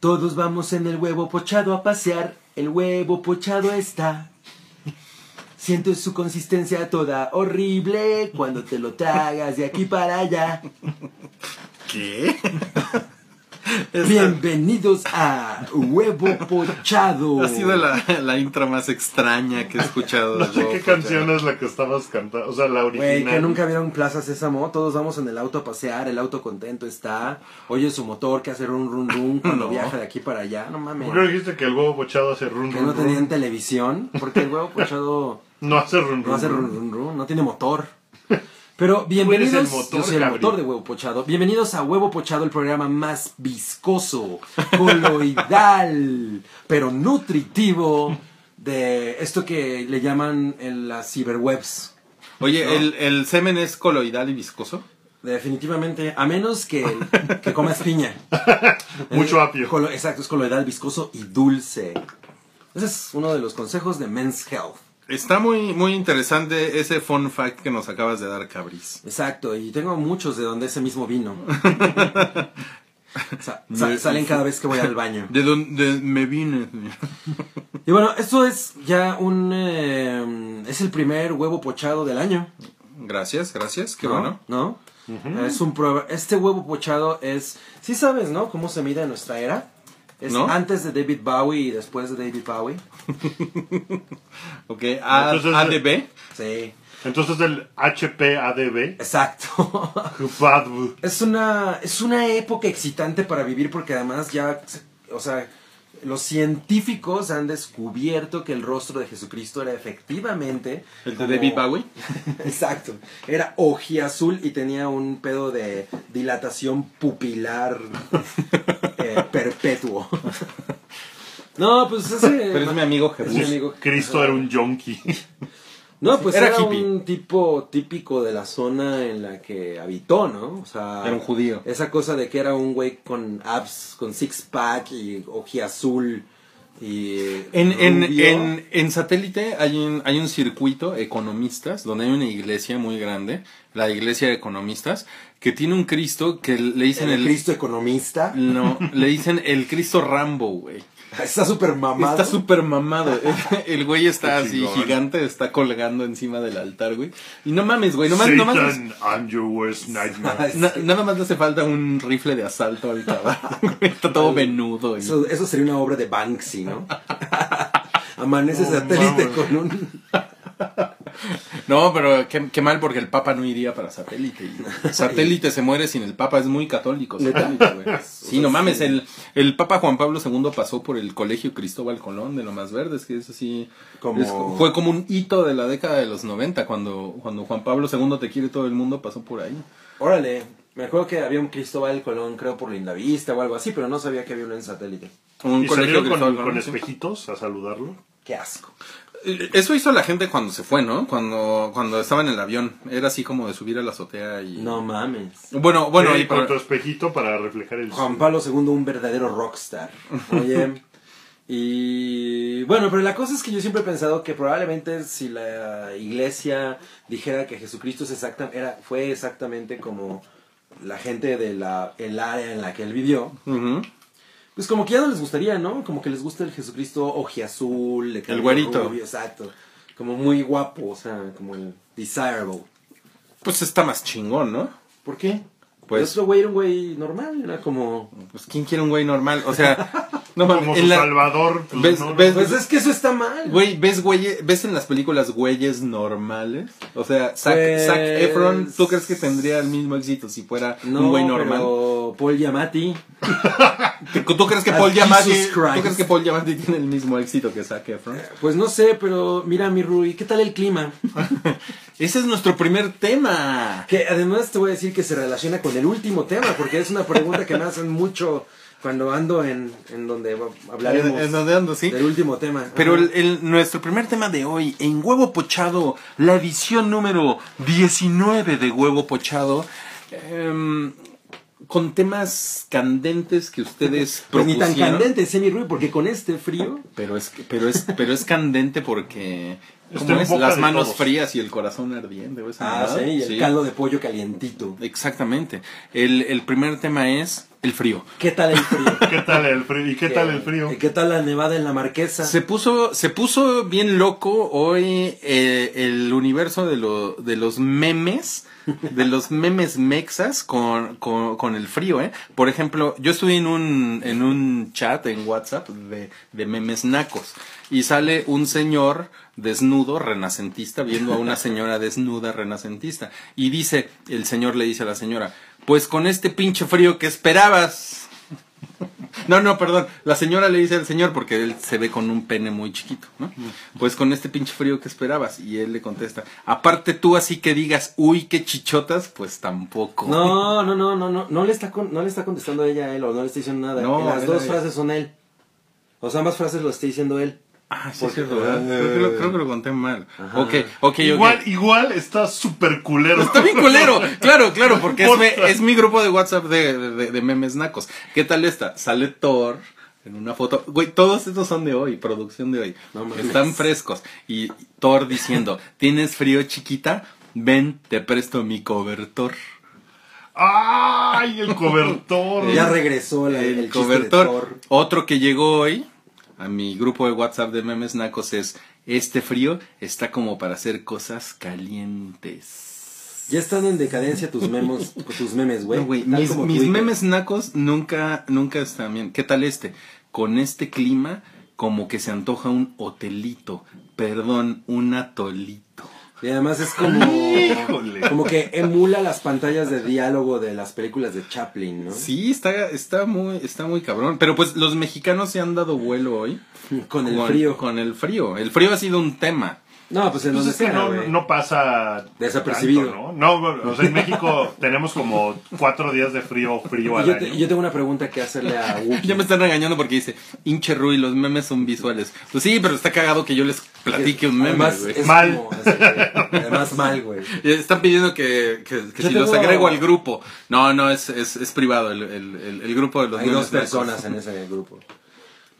Todos vamos en el huevo pochado a pasear. El huevo pochado está. Siento su consistencia toda horrible cuando te lo tragas de aquí para allá. ¿Qué? Bienvenidos a Huevo Pochado. Ha sido la, la intro más extraña que he escuchado. No sé Huevo qué Pochado. canción es la que estabas cantando. O sea, la original. Güey, que nunca vieron Plaza Sésamo, todos vamos en el auto a pasear, el auto contento está, oye su motor que hace run run run cuando No. viaja de aquí para allá, no mames. ¿Por qué dijiste que el huevo pochado hace run Que run no run? tenían televisión, porque el huevo pochado No hace run run. no hace run run. run run, no tiene motor. Pero bienvenidos, eres el motor, yo soy el cabrón. motor de Huevo Pochado. Bienvenidos a Huevo Pochado, el programa más viscoso, coloidal, pero nutritivo de esto que le llaman en las ciberwebs. Oye, ¿el, ¿el semen es coloidal y viscoso? Definitivamente, a menos que, que comas piña. Mucho Eh, apio. colo- exacto, es coloidal, viscoso y dulce. Ese es uno de los consejos de Men's Health. Está muy, muy interesante ese fun fact que nos acabas de dar, Cabris. Exacto, y tengo muchos de donde ese mismo vino. Sa- sa- salen cada vez que voy al baño. ¿De dónde me vine? Y bueno, esto es ya un... eh, es el primer huevo pochado del año. Gracias, gracias, qué ¿no? bueno. ¿No? Es un prueba. Este huevo pochado es. Sí sabes, ¿no? Cómo se mide en nuestra era. Es ¿No? antes de David Bowie y después de David Bowie. Ok, pues A, Entonces- ADB. Sí. Entonces el HPADB. Exacto. Jupad- es una. Es una época excitante para vivir porque además ya. O sea. Los científicos han descubierto que el rostro de Jesucristo era efectivamente. El de como- David Bowie. Exacto. Era ojiazul y tenía un pedo de dilatación pupilar eh, perpetuo. No, pues ese... Pero es mi amigo Jesús. mi amigo. Cristo era un yonki. No, pues Era era, hippie. un tipo típico de la zona en la que habitó, ¿no? O sea... Era un judío. Esa cosa de que era un güey con abs, con six-pack y ojiazul y... En, en, rubio. en, en satélite hay un, hay un circuito economistas donde hay una iglesia muy grande, la iglesia de economistas, que tiene un Cristo que le dicen El el, Cristo economista. no, le dicen el Cristo Rambo, güey. Está súper mamado. Está súper mamado. El- El güey está Qué así chingón. gigante, está colgando encima del altar, güey. Y no mames, güey, no mames, no mames. Satan, I'm your worst nightmare. na- nada más le hace falta un rifle de asalto al caballo. güey. Está todo venudo. y- Eso, eso sería una obra de Banksy, ¿no? Amanece Oh, No satélite mames. con un... No, pero qué, qué mal porque el Papa no iría para satélite. y- satélite se muere sin el Papa, es muy católico. Satélite, güey. Sí, no mames, el, el Papa Juan Pablo II pasó por el Colegio Cristóbal Colón de lo más verdes, que es así. Como- es- fue como un hito de la década de los 90, cuando, cuando Juan Pablo II te quiere todo el mundo, pasó por ahí. Órale, me acuerdo que había un Cristóbal Colón, creo, por Lindavista o algo así, pero no sabía que había uno en satélite. Un ¿Y salieron con, Cristóbal con Colón, sí. espejitos a saludarlo? Qué asco. Eso hizo la gente cuando se fue, ¿no? Cuando, cuando estaba en el avión. Era así como de subir a la azotea y. No mames. Bueno, bueno, Sí, y con por- tu espejito para reflejar el Juan Pablo II, un verdadero rockstar. Oye, y bueno, pero la cosa es que yo siempre he pensado que probablemente si la iglesia dijera que Jesucristo es exacta, era, fue exactamente como la gente del área en la que él vivió, Ujú. Pues como que ya no les gustaría, ¿no? Como que les gusta el Jesucristo ojiazul, de cabello güerito. rubio, exacto. Como muy guapo, o sea, como el desirable. Pues está más chingón, ¿no? ¿Por qué? Pues- Pues. El otro güey era un güey normal, era como. Pues quién quiere un güey normal, o sea, no mames, Como en su la- salvador. pues, ¿Ves- no, ves- Pues es que eso está mal. güey, ves güey, ves en las películas güeyes normales, o sea, Zac, Pues- Zac Efron, ¿tú crees que tendría el mismo éxito si fuera No, un güey normal? Pero Paul Yamati. ¿Tú crees que Ah, Paul Giamatti, Jesus Christ. tú crees que Paul Giamatti tiene el mismo éxito que Zac Efron? Pues no sé, pero mira, mi Rui, ¿qué tal el clima? Ese es nuestro primer tema. Que además te voy a decir que se relaciona con el último tema, porque es una pregunta que me hacen mucho cuando ando en, en donde hablaremos En- en donde ando, sí. del último tema. Pero Ajá. el- el- nuestro primer tema de hoy, en Huevo Pochado, la edición número 19 de Huevo Pochado, em, con temas candentes que ustedes Pues ni tan propusieron. candente, Semi Rui, porque con este frío. Pero es, que- pero es, pero es candente porque ¿cómo Está en es? boca las de manos todos. frías y el corazón ardiente. o esa Ah, mamada. sí, y el Sí. caldo de pollo calientito. Exactamente. El, el primer tema es el frío. ¿Qué tal el frío? ¿Qué tal el frío? ¿Y qué tal el frío? ¿Y ¿Qué tal la nevada en la marquesa? Se puso, se puso bien loco hoy eh, el universo de, lo- de los memes, de los memes mexas con, con- con el frío, ¿eh? Por ejemplo, yo estuve en un, en un chat en WhatsApp de, de memes nacos y sale un señor desnudo, renacentista, viendo a una señora desnuda, renacentista. Y dice, el señor le dice a la señora, pues con este pinche frío que esperabas. No, no, perdón. La señora le dice al señor porque él se ve con un pene muy chiquito, ¿no? Mm. Pues con este pinche frío que esperabas. Y él le contesta, aparte tú así que digas, uy, qué chichotas, pues tampoco. No, no, no, no, no, no le está con- no le está contestando ella a él o no le está diciendo nada. No, Las él dos a ella. frases son él. O sea, ambas frases lo está diciendo él. Ah, sí, Porque- es cierto, ¿verdad? Creo que, lo, creo que lo conté mal. Ajá. Ok, ok, ok. Igual, igual está súper culero. Está bien culero, claro, claro, porque es, Porfa. me- es mi grupo de WhatsApp de, de- de memes nacos. ¿Qué tal esta? Sale Thor en una foto. Güey, todos estos son de hoy, producción de hoy. No mames. Están frescos. Y Thor diciendo, ¿tienes frío chiquita? Ven, te presto mi cobertor. ¡Ay, el cobertor! Ya regresó la- el, chiste de Thor. Otro que llegó hoy a mi grupo de WhatsApp de memes nacos es, este frío está como para hacer cosas calientes. Ya están en decadencia tus memes, tus memes, güey. No, güey, Tal mis, como mis Twitter. memes nacos nunca, nunca están bien. ¿Qué tal este? Con este clima, como que se antoja un hotelito. Perdón, un atolito. Y además es como, Híjole. como que emula las pantallas de diálogo de las películas de Chaplin, ¿no? Sí, está, está muy, está muy cabrón. Pero pues los mexicanos se han dado vuelo hoy. Con el frío. Con el frío. El frío ha sido un tema. No, pues en Pues donde es que sea, no, güey. no pasa Desapercibido. tanto, ¿no? No, o sea, en México tenemos como cuatro días de frío, frío Y al yo, año. te- yo tengo una pregunta que hacerle a Wookie. Ya me están regañando porque dice, hinche Rui, los memes son visuales. Pues sí, pero está cagado que yo les platique un meme. Además, güey. es Mal. como así, güey. además mal, güey. Están pidiendo que, que- que Yo si tengo- los agrego al grupo. No, no, es, es, es privado el, el, el, el grupo de los Hay dos memes nacos. personas en ese grupo.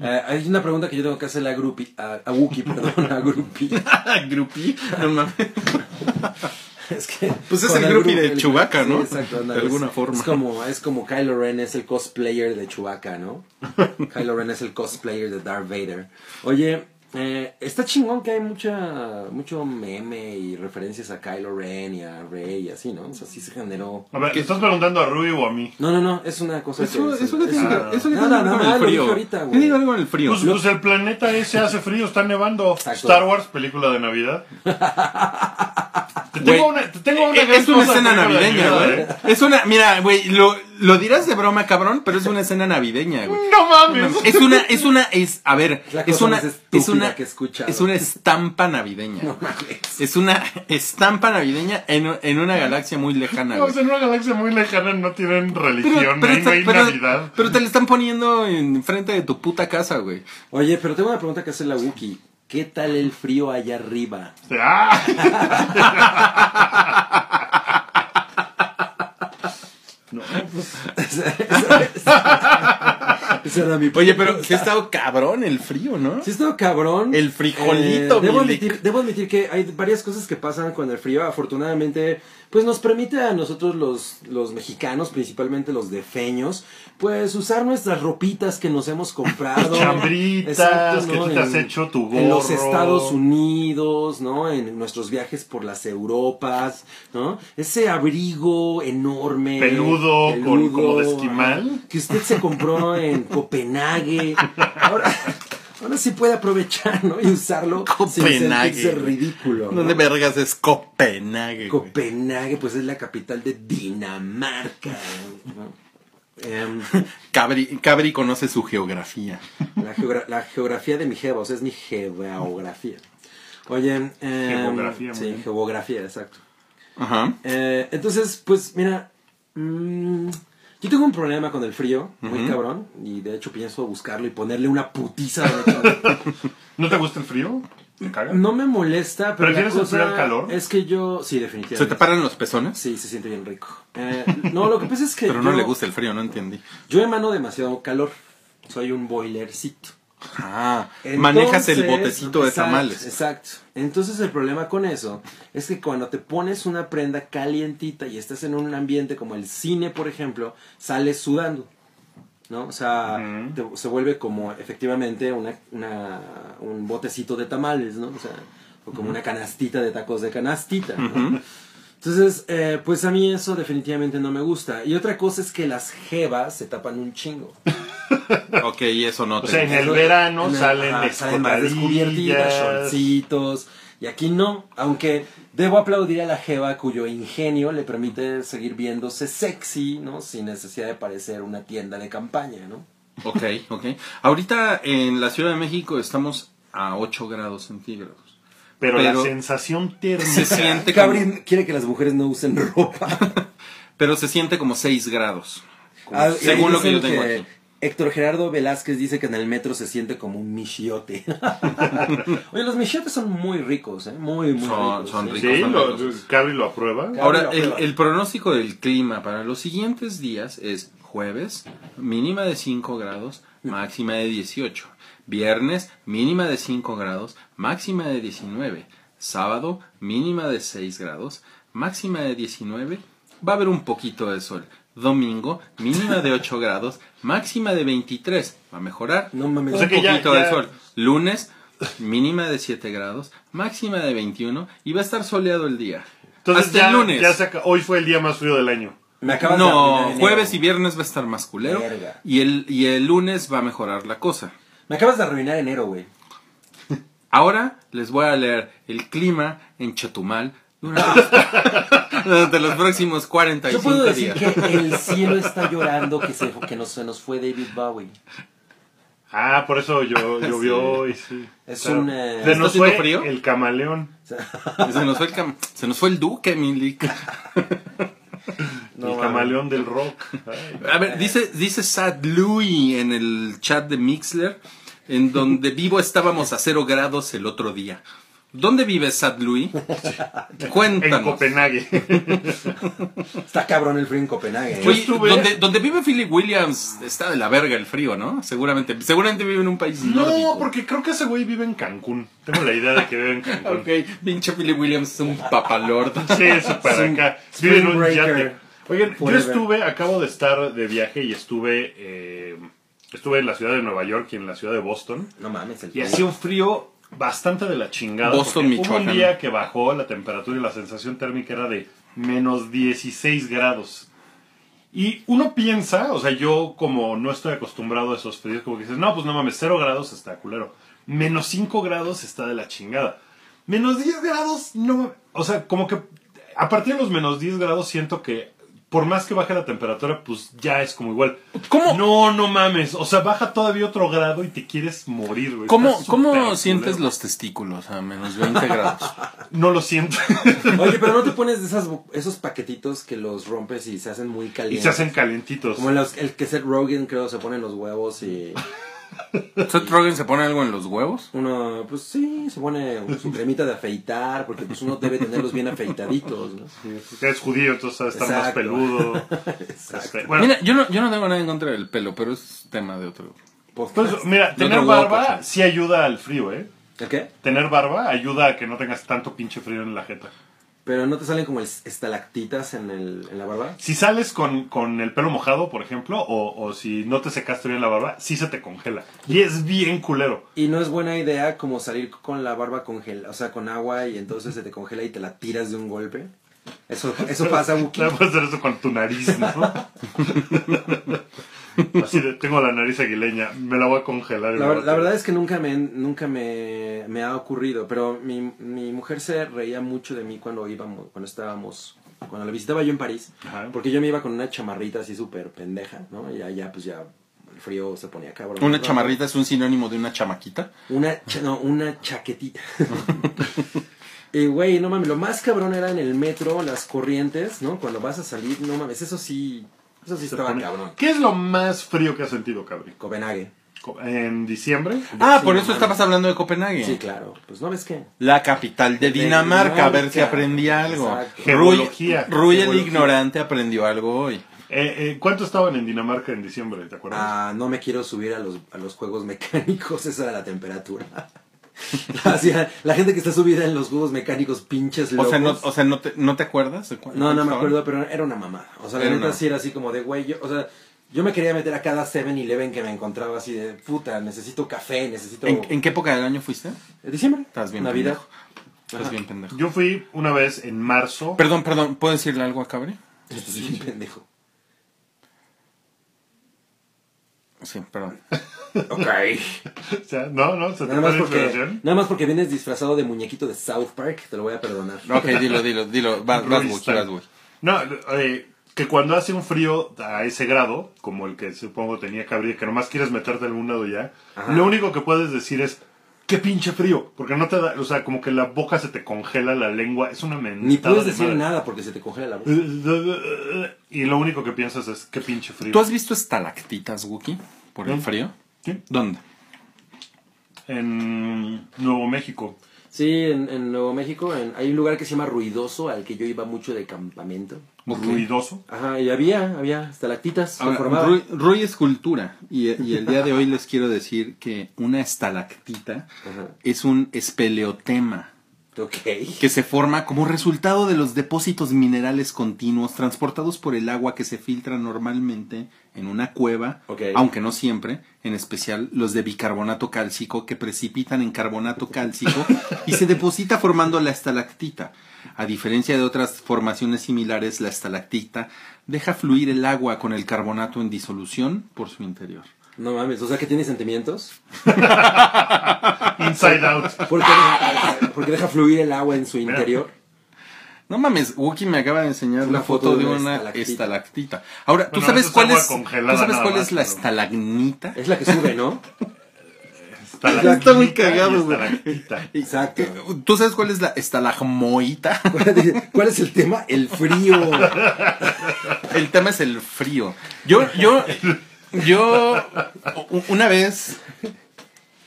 Eh, hay una pregunta que yo tengo que hacerle a Grupi, a, a Wookie, perdón, a Grupi. Grupi, no mames. Es que Pues es con el Grupi grupo- de el- Chewbacca, sí, ¿no? exacto, de ándale. alguna Es- forma. Es como, es como Kylo Ren es el cosplayer de Chewbacca, ¿no? Kylo Ren es el cosplayer de Darth Vader. Oye, eh, está chingón que hay mucha, mucho meme y referencias a Kylo Ren y a Rey y así, ¿no? O sea, sí se generó. A ver, ¿estás preguntando a Rui o a mí? No, no, no, es una cosa Eso, que... eso que tiene que Ah. eso que No, no, tiene que ver no, con el lo dije frío. ahorita, ¿Qué güey. tiene que ver con el frío? Pues, pues el planeta ese hace frío, está nevando. Exacto. Star Wars, película de Navidad. Te Güey, tengo una, te tengo una Eh, gran es una cosa de escena película de navideña, Navidad, güey. ¿eh? Es una, mira, güey, lo, lo dirás de broma, cabrón, pero es una escena navideña, güey. No mames. Es una, es una, es, a ver, Es la es cosa una, más estúpida es una, que he escuchado. es una estampa navideña. güey. es una estampa navideña en, en una galaxia muy lejana, No, güey. o sea, en una galaxia muy lejana no tienen religión, ahí no está- hay pero- Navidad. pero te la están poniendo enfrente de tu puta casa, güey. Oye, pero tengo una pregunta que hacerle a Wookie. ¿Qué tal el frío allá arriba? ¡Ah! Esa era mi pregunta. Oye, pero sí ha estado cabrón el frío, ¿no? Sí, estado cabrón. El frijolito, Eh, debo, Milik. admitir, debo admitir que hay varias cosas que pasan con el frío. Afortunadamente, pues nos permite a nosotros los, los mexicanos, principalmente los defeños, pues usar nuestras ropitas que nos hemos comprado. Chambritas, que tú te has hecho tu En los gorro. Estados Unidos, ¿no? En nuestros viajes por las Europas, ¿no? Ese abrigo enorme. Peludo, con- peludo, como de esquimal. ajá, que usted se compró en Copenhague. Ahora, ahora sí puede aprovechar, ¿no? Y usarlo sin Copenhague, sentirse güey. ridículo. ¿no? ¿Dónde vergas es Copenhague? güey? Copenhague, pues es la capital de Dinamarca. ¿no? Em, Cabri, Cabri conoce su geografía. la, geogra- la geografía de mi jeva, o sea, es mi geografía. Oye, em, Geografía, muy sí, bien. geografía, exacto. Ajá. Eh, entonces, pues mira, mm, yo tengo un problema con el frío, muy cabrón, y de hecho pienso buscarlo y ponerle una putiza. a la- ¿No te gusta el frío? ¿Te caga? no me molesta, pero ¿Prefieres la el cosa frío al calor? Es que yo, sí, definitivamente. ¿Se te paran los pezones? Sí, se siente bien rico. Eh, no, lo que pasa es que Pero no yo, le gusta el frío, no entendí. yo emano demasiado calor, soy un boilercito. Ah, manejas el Entonces, botecito de exacto, tamales. Exacto. Entonces el problema con eso es que cuando te pones una prenda calientita y estás en un ambiente como el cine, por ejemplo, sales sudando. ¿no? O sea, Ujú. te- se vuelve como efectivamente una, una- un botecito de tamales, ¿no? O sea, o como una canastita de tacos de canastita, ¿no? Entonces, eh, pues a mí eso definitivamente no me gusta. Y otra cosa es que las jebas se tapan un chingo. Ok, y eso no O te sea, en gusta. el verano salen ajá, salen más descubiertitas, escotadillas. shortcitos. Y aquí no, aunque debo aplaudir a la Jeva cuyo ingenio le permite seguir viéndose sexy, ¿no? Sin necesidad de parecer una tienda de campaña, ¿no? Ok, ok. Ahorita en la Ciudad de México estamos a 8 grados centígrados. Pero, Pero- la sensación térmica. Se siente como, Cabrín quiere que las mujeres no usen ropa. pero se siente como 6 grados. Como- Ah, y según lo que dicen yo tengo aquí. Héctor Gerardo Velázquez dice que en el metro se siente como un michiote. Oye, los michiotes son muy ricos, ¿eh? Muy, muy Son- ricos. ¿eh? son ¿sí? ricos. Sí, lo, Carrie lo aprueba. Claro. Ahora, la el, prueba. el pronóstico del clima para los siguientes días es jueves, mínima de 5 grados, máxima de 18. Viernes, mínima de 5 grados, máxima de 19. Sábado, mínima de 6 grados, máxima de 19. Va a haber un poquito de sol. Domingo, mínima de 8 grados, máxima de 23. Va a mejorar. No mames. un O sea que ya- poquito de ya- sol. Lunes, mínima de 7 grados, máxima de 21 y va a estar soleado el día. Entonces Hasta ya, el lunes. ya se aca- hoy fue el día más frío del año. Me acabas de arruinar No, enero. jueves y viernes va a estar más culero. Verga. Y el, y el lunes va a mejorar la cosa. Me acabas de arruinar enero, güey. Ahora les voy a leer el clima en Chetumal durante los, durante los próximos Yo 45 puedo decir días. que el cielo está llorando que se, que nos, se nos fue David Bowie. Ah, por eso yo, llovió y sí. Es Claro. un, eh, De ¿Está no haciendo fue frío? el camaleón. Se nos fue el, cam- se nos fue el duque, Milik. No, el mames. camaleón del rock. Ay. A ver, dice, dice Sad Louis en el chat de Mixler, en donde vivo estábamos a cero grados el otro día. ¿Dónde vive Sad Louis? En Cuéntanos. Copenhague. Está cabrón el frío en Copenhague. ¿eh? Yo Oye, estuve- donde, donde vive Philip Williams está de la verga el frío, ¿no? Seguramente, seguramente vive en un país nórdico. No, porque creo que ese güey vive en Cancún. Tengo la idea de que vive en Cancún. Ok, pinche Philip Williams es un papalordo. Sí, eso para un acá. spring Vive en un breaker yate. Oigan, yo forever. estuve, acabo de estar de viaje y estuve, eh, estuve en la ciudad de Nueva York y en la ciudad de Boston. No mames, el Y frío. hacía un frío bastante de la chingada. Boston, porque Hubo Michoacán. un día que bajó la temperatura y la sensación térmica era de menos 16 grados. Y uno piensa, o sea, yo como no estoy acostumbrado a esos fríos, como que dices, no, pues no mames, 0 grados está culero. Menos 5 grados está de la chingada. Menos 10 grados, no mames. O sea, como que a partir de los menos 10 grados siento que por más que baje la temperatura, pues ya es como igual. ¿Cómo? No, no mames. O sea, baja todavía otro grado y te quieres morir, Pues güey. ¿Cómo, Está súper ¿cómo culero. sientes los testículos a menos 20 grados? No lo siento. Oye, pero no te pones de esas, bu- esos paquetitos que los rompes y se hacen muy y calientes. se hacen calientitos. Como los, el que Seth Rogen, creo, se pone los huevos y ¿Seth Rogen se pone algo en los huevos? uno, pues sí, se pone su cremita de afeitar, porque pues uno debe tenerlos bien afeitaditos, ¿no? Es judío, entonces está más Exacto. peludo. Exacto. Este, bueno, Mira, yo no, yo no tengo nada en contra del pelo, pero es tema de otro. Podcast. pues, mira, De tener otro huevo, por barba ejemplo. sí ayuda al frío, ¿eh? ¿El qué? Tener barba ayuda a que no tengas tanto pinche frío en la jeta. Pero no te salen como el- estalactitas en, el, en la barba. Si sales con, con el pelo mojado, por ejemplo, o, o si no te secaste bien la barba, sí se te congela. Y es bien culero. Y no es buena idea como salir con la barba congelada, o sea, con agua y entonces se te congela y te la tiras de un golpe. Eso, eso pasa, Wookie. Claro, puedes hacer eso con tu nariz, ¿no? Así de, tengo la nariz aguileña, me la voy a congelar. y La, me ver- voy a la tirar. verdad es que nunca me, nunca me, me ha ocurrido, pero mi, mi mujer se reía mucho de mí cuando íbamos, cuando estábamos, cuando la visitaba yo en París, Ajá. porque yo me iba con una chamarrita así súper pendeja, ¿no? Y allá pues ya el frío se ponía cabrón. ¿Una chamarrita es un sinónimo de una chamaquita? Una, cha- no, una chaquetita. Y güey, no mames, lo más cabrón era en el metro, las corrientes, ¿no? Cuando vas a salir, no mames, eso sí, eso sí Se estaba pone- cabrón. ¿Qué es lo más frío que has sentido, cabrón? Copenhague. Co- En diciembre. Ah, Sí, por no mames. eso estabas hablando de Copenhague. Sí, claro. Pues no ves qué. La capital de De Dinamarca, a ver si Dinamarca. aprendí algo. Exacto. Ruy, Geología. Ruy el Geología. ignorante aprendió algo hoy. Eh, eh, ¿Cuánto estaban en Dinamarca en diciembre? ¿Te acuerdas? Ah, no me quiero subir a los, a los juegos mecánicos, esa era la temperatura. Así, la gente que está subida en los juegos mecánicos, pinches O locos. sea, no, o sea, no, te, ¿no te acuerdas? de cu- no, no cuántos me estaban? acuerdo, pero era una mamá. O sea, la Era neta una- sí era así como de, güey, yo, o sea, Yo me quería meter a cada 7-Eleven que me encontraba así de puta, necesito café, necesito. ¿En, en qué época del año fuiste? ¿Diciembre? Estás bien Navidad. pendejo. Estás Ajá. bien pendejo. Yo fui una vez en marzo. Perdón, perdón, ¿puedo decirle algo a Cabri? Estás bien pendejo. Sí, perdón. Ok. O sea, no, no, se te Nada más, fue la porque, inspiración. nada más porque vienes disfrazado de muñequito de South Park, te lo voy a perdonar. Ok, dilo, dilo, dilo. Vas, vas, Wookie, vas, Wookie. No, eh, que cuando hace un frío a ese grado, como el que supongo tenía Cabri, que nomás quieres meterte en algún lado ya, Ajá. lo único que puedes decir es, qué pinche frío, porque no te da, o sea, como que la boca se te congela, la lengua, es una mentada. Ni puedes de decir madre. nada porque se te congela la voz. Y lo único que piensas es, qué pinche frío. ¿Tú has visto estalactitas, Wookie? Por el ¿Mm? frío. Sí, ¿Dónde? En Nuevo México. Sí, en, en Nuevo México en- hay un lugar que se llama Ruidoso, al que yo iba mucho de campamento. Ok. Ruidoso. Ajá, y había, había estalactitas. Ah, se Ahora, formaban. Roy, Roy es cultura y, y el día de hoy les quiero decir que una estalactita Ajá. es un espeleotema Ok. que se forma como resultado de los depósitos minerales continuos transportados por el agua que se filtra normalmente en una cueva, Ok. aunque no siempre, en especial los de bicarbonato cálcico que precipitan en carbonato cálcico y se deposita formando la estalactita. A diferencia de otras formaciones similares, la estalactita deja fluir el agua con el carbonato en disolución por su interior. No mames, o sea que tiene sentimientos. Inside Out. Porque deja, porque deja fluir el agua en su Mira. interior. No mames, Wookie me acaba de enseñar Una la foto, de una estalactita. estalactita. Ahora, ¿tú Bueno, sabes eso es cuál agua es, ¿tú congelada sabes nada cuál más, es la pero- estalagmita? Es la que sube, ¿no? Estalactita Está muy y cagado, güey. estalactita. Exacto. ¿Tú sabes cuál es la estalagmoita? ¿Cuál es el tema? El frío. El tema es el frío. Yo, yo, yo, u- una vez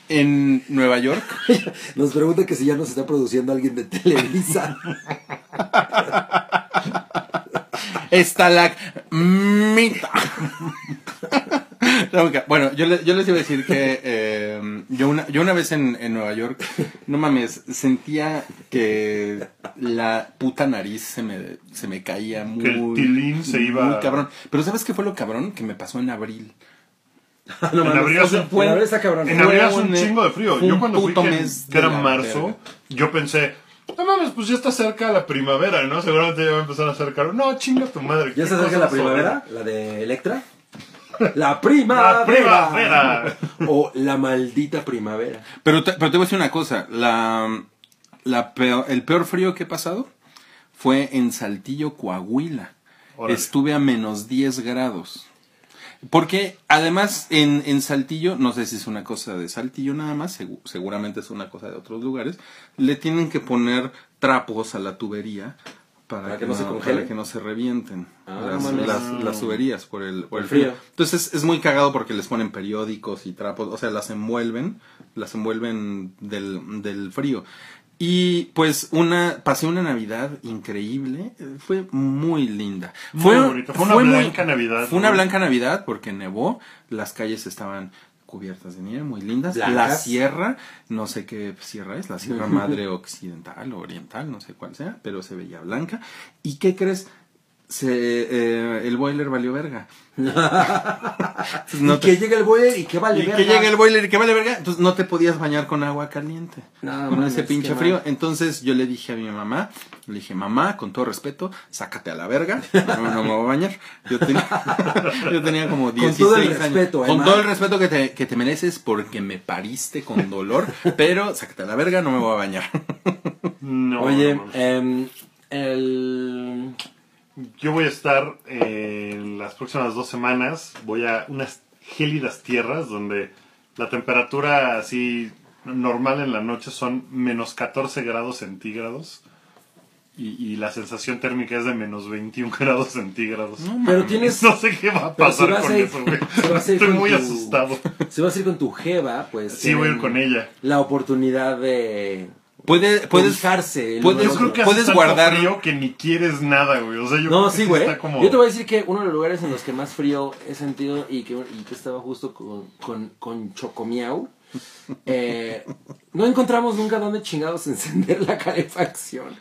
en Nueva York, Nos pregunta que si ya nos está produciendo alguien de Televisa. estalagmita. No, nunca. Bueno, yo, le- yo les iba a decir que eh, yo, una, yo una vez en, en Nueva York, no mames, sentía que la puta nariz se me, se me caía muy... Que el tilín se iba- Muy cabrón. Pero ¿sabes qué fue lo cabrón? Que me pasó en abril. No En mames, abril o hace sea, un buen- en abril está cabrón. En Fue abril hace un un- chingo de frío. fue Yo un cuando fui, puto que, mes que era de la marzo, verga. yo pensé, no mames, pues ya está cerca la primavera, ¿no? Seguramente ya va a empezar a hacer calor. No, chinga tu madre. ¿Ya qué se acerca cosa la sobre- primavera? ¿La de Electra? ¡La ¡La primavera! primavera! O la maldita primavera. Pero te, pero te voy a decir una cosa, la, la peor- el peor frío que he pasado fue en Saltillo, Coahuila. Órale. Estuve a menos 10 grados. Porque además en, en Saltillo, no sé si es una cosa de Saltillo nada más, segu- seguramente es una cosa de otros lugares, le tienen que poner trapos a la tubería para, Para que no se congele. para que no se revienten Ah, las, mames. las- las tuberías por el, por El el frío. frío. Entonces es muy cagado porque les ponen periódicos y trapos, o sea, las envuelven, las envuelven del, del frío. Y pues una, pasé una Navidad increíble, eh, fue muy linda. Muy bonito, fue una blanca Navidad, Fue una ¿no? blanca Navidad porque nevó, las calles estaban cubiertas de nieve, muy lindas. La Blancas. sierra, no sé qué sierra es, la sierra madre occidental o oriental, no sé cuál sea, pero se veía blanca. ¿Y qué crees? Se, eh, el boiler valió verga. Entonces, y que llega el boiler y que vale Pues y verga. que llegue el boiler y que vale verga, entonces no te podías bañar con agua caliente. No, con mames, ese pinche qué frío. mal. Entonces yo le dije a mi mamá, le dije, mamá, con todo respeto, sácate a la verga. No, no me voy a bañar. Yo tenía, yo tenía como Con 16 todo el años. respeto, ¿eh, con ma? todo el respeto que te, que te mereces porque me pariste con dolor, pero sácate a la verga, no me voy a bañar. No, Oye, no, no. em, el... yo voy a estar eh, en las próximas dos semanas, voy a unas gélidas tierras donde la temperatura así normal en la noche son menos 14 grados centígrados. Y, y la sensación térmica es de menos 21 grados centígrados. Pero tienes... No sé qué va a pero si pasar vas con a ir- eso, güey. si vas a ir Estoy con muy tu- asustado. Si vas a ir con tu jeva, pues... Sí, voy a tienen ir con ella. La oportunidad de... Puede, Puedes, puedes, puedes- Yo creo que hace puedes tanto guardar- frío que ni quieres nada, güey. O sea, yo creo No, que sí, güey. está como- Yo te voy a decir que uno de los lugares en los que más frío he sentido y que, y que estaba justo con, con, con Chocomiau, eh, no encontramos nunca dónde chingados encender la calefacción.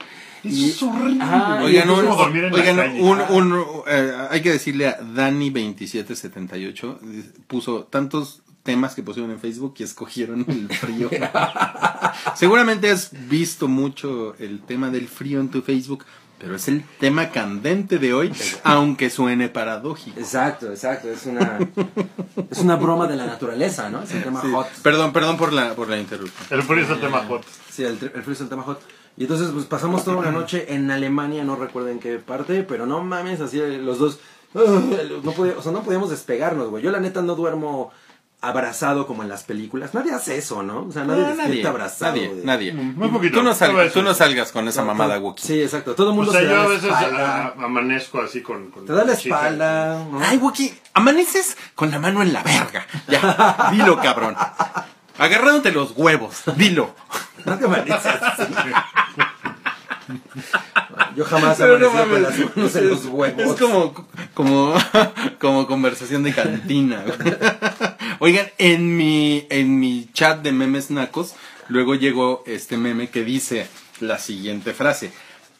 Eso es horrible. Ajá, güey. Ah, y Oigan, Es un- como dormir en la oigan, calle. un- Ah. un- eh, hay que decirle a Dani2778, puso tantos temas que pusieron en Facebook y escogieron el frío. Seguramente has visto mucho el tema del frío en tu Facebook, pero es el tema candente de hoy, aunque suene paradójico. Exacto, exacto. Es una, es una broma de la naturaleza, ¿no? Es el tema Sí, hot. Perdón, perdón por la, por la interrupción. El frío es el tema hot. Sí, el, tri- el frío es el tema hot. Y entonces, pues pasamos toda una noche en Alemania, no recuerdo en qué parte, pero no mames, así eh, los dos. No podía- o sea, no podíamos despegarnos, güey. Yo, la neta, no duermo abrazado como en las películas. Nadie hace eso, ¿no? O sea, nadie Ah, despierta abrazado. eh. nadie, güey. nadie. Muy poquito. Tú no, sal- A veces. tú no salgas con esa No, mamada, todo- Wookie. Sí, exacto. Todo el O mundo sea, se da yo a la veces espalda. ah, amanezco así con. con Te da la chica. espalda. ¿no? Ay, Wookie, amaneces con la mano en la verga. Ya, dilo, cabrón. Agarrándote los huevos, dilo. No te amaneces así. Yo jamás Pero no amanecí con mames. las manos en los huevos. Es como, como, como conversación de cantina. güey. Oigan, en mi, en mi chat de memes nacos, luego llegó este meme que dice la siguiente frase.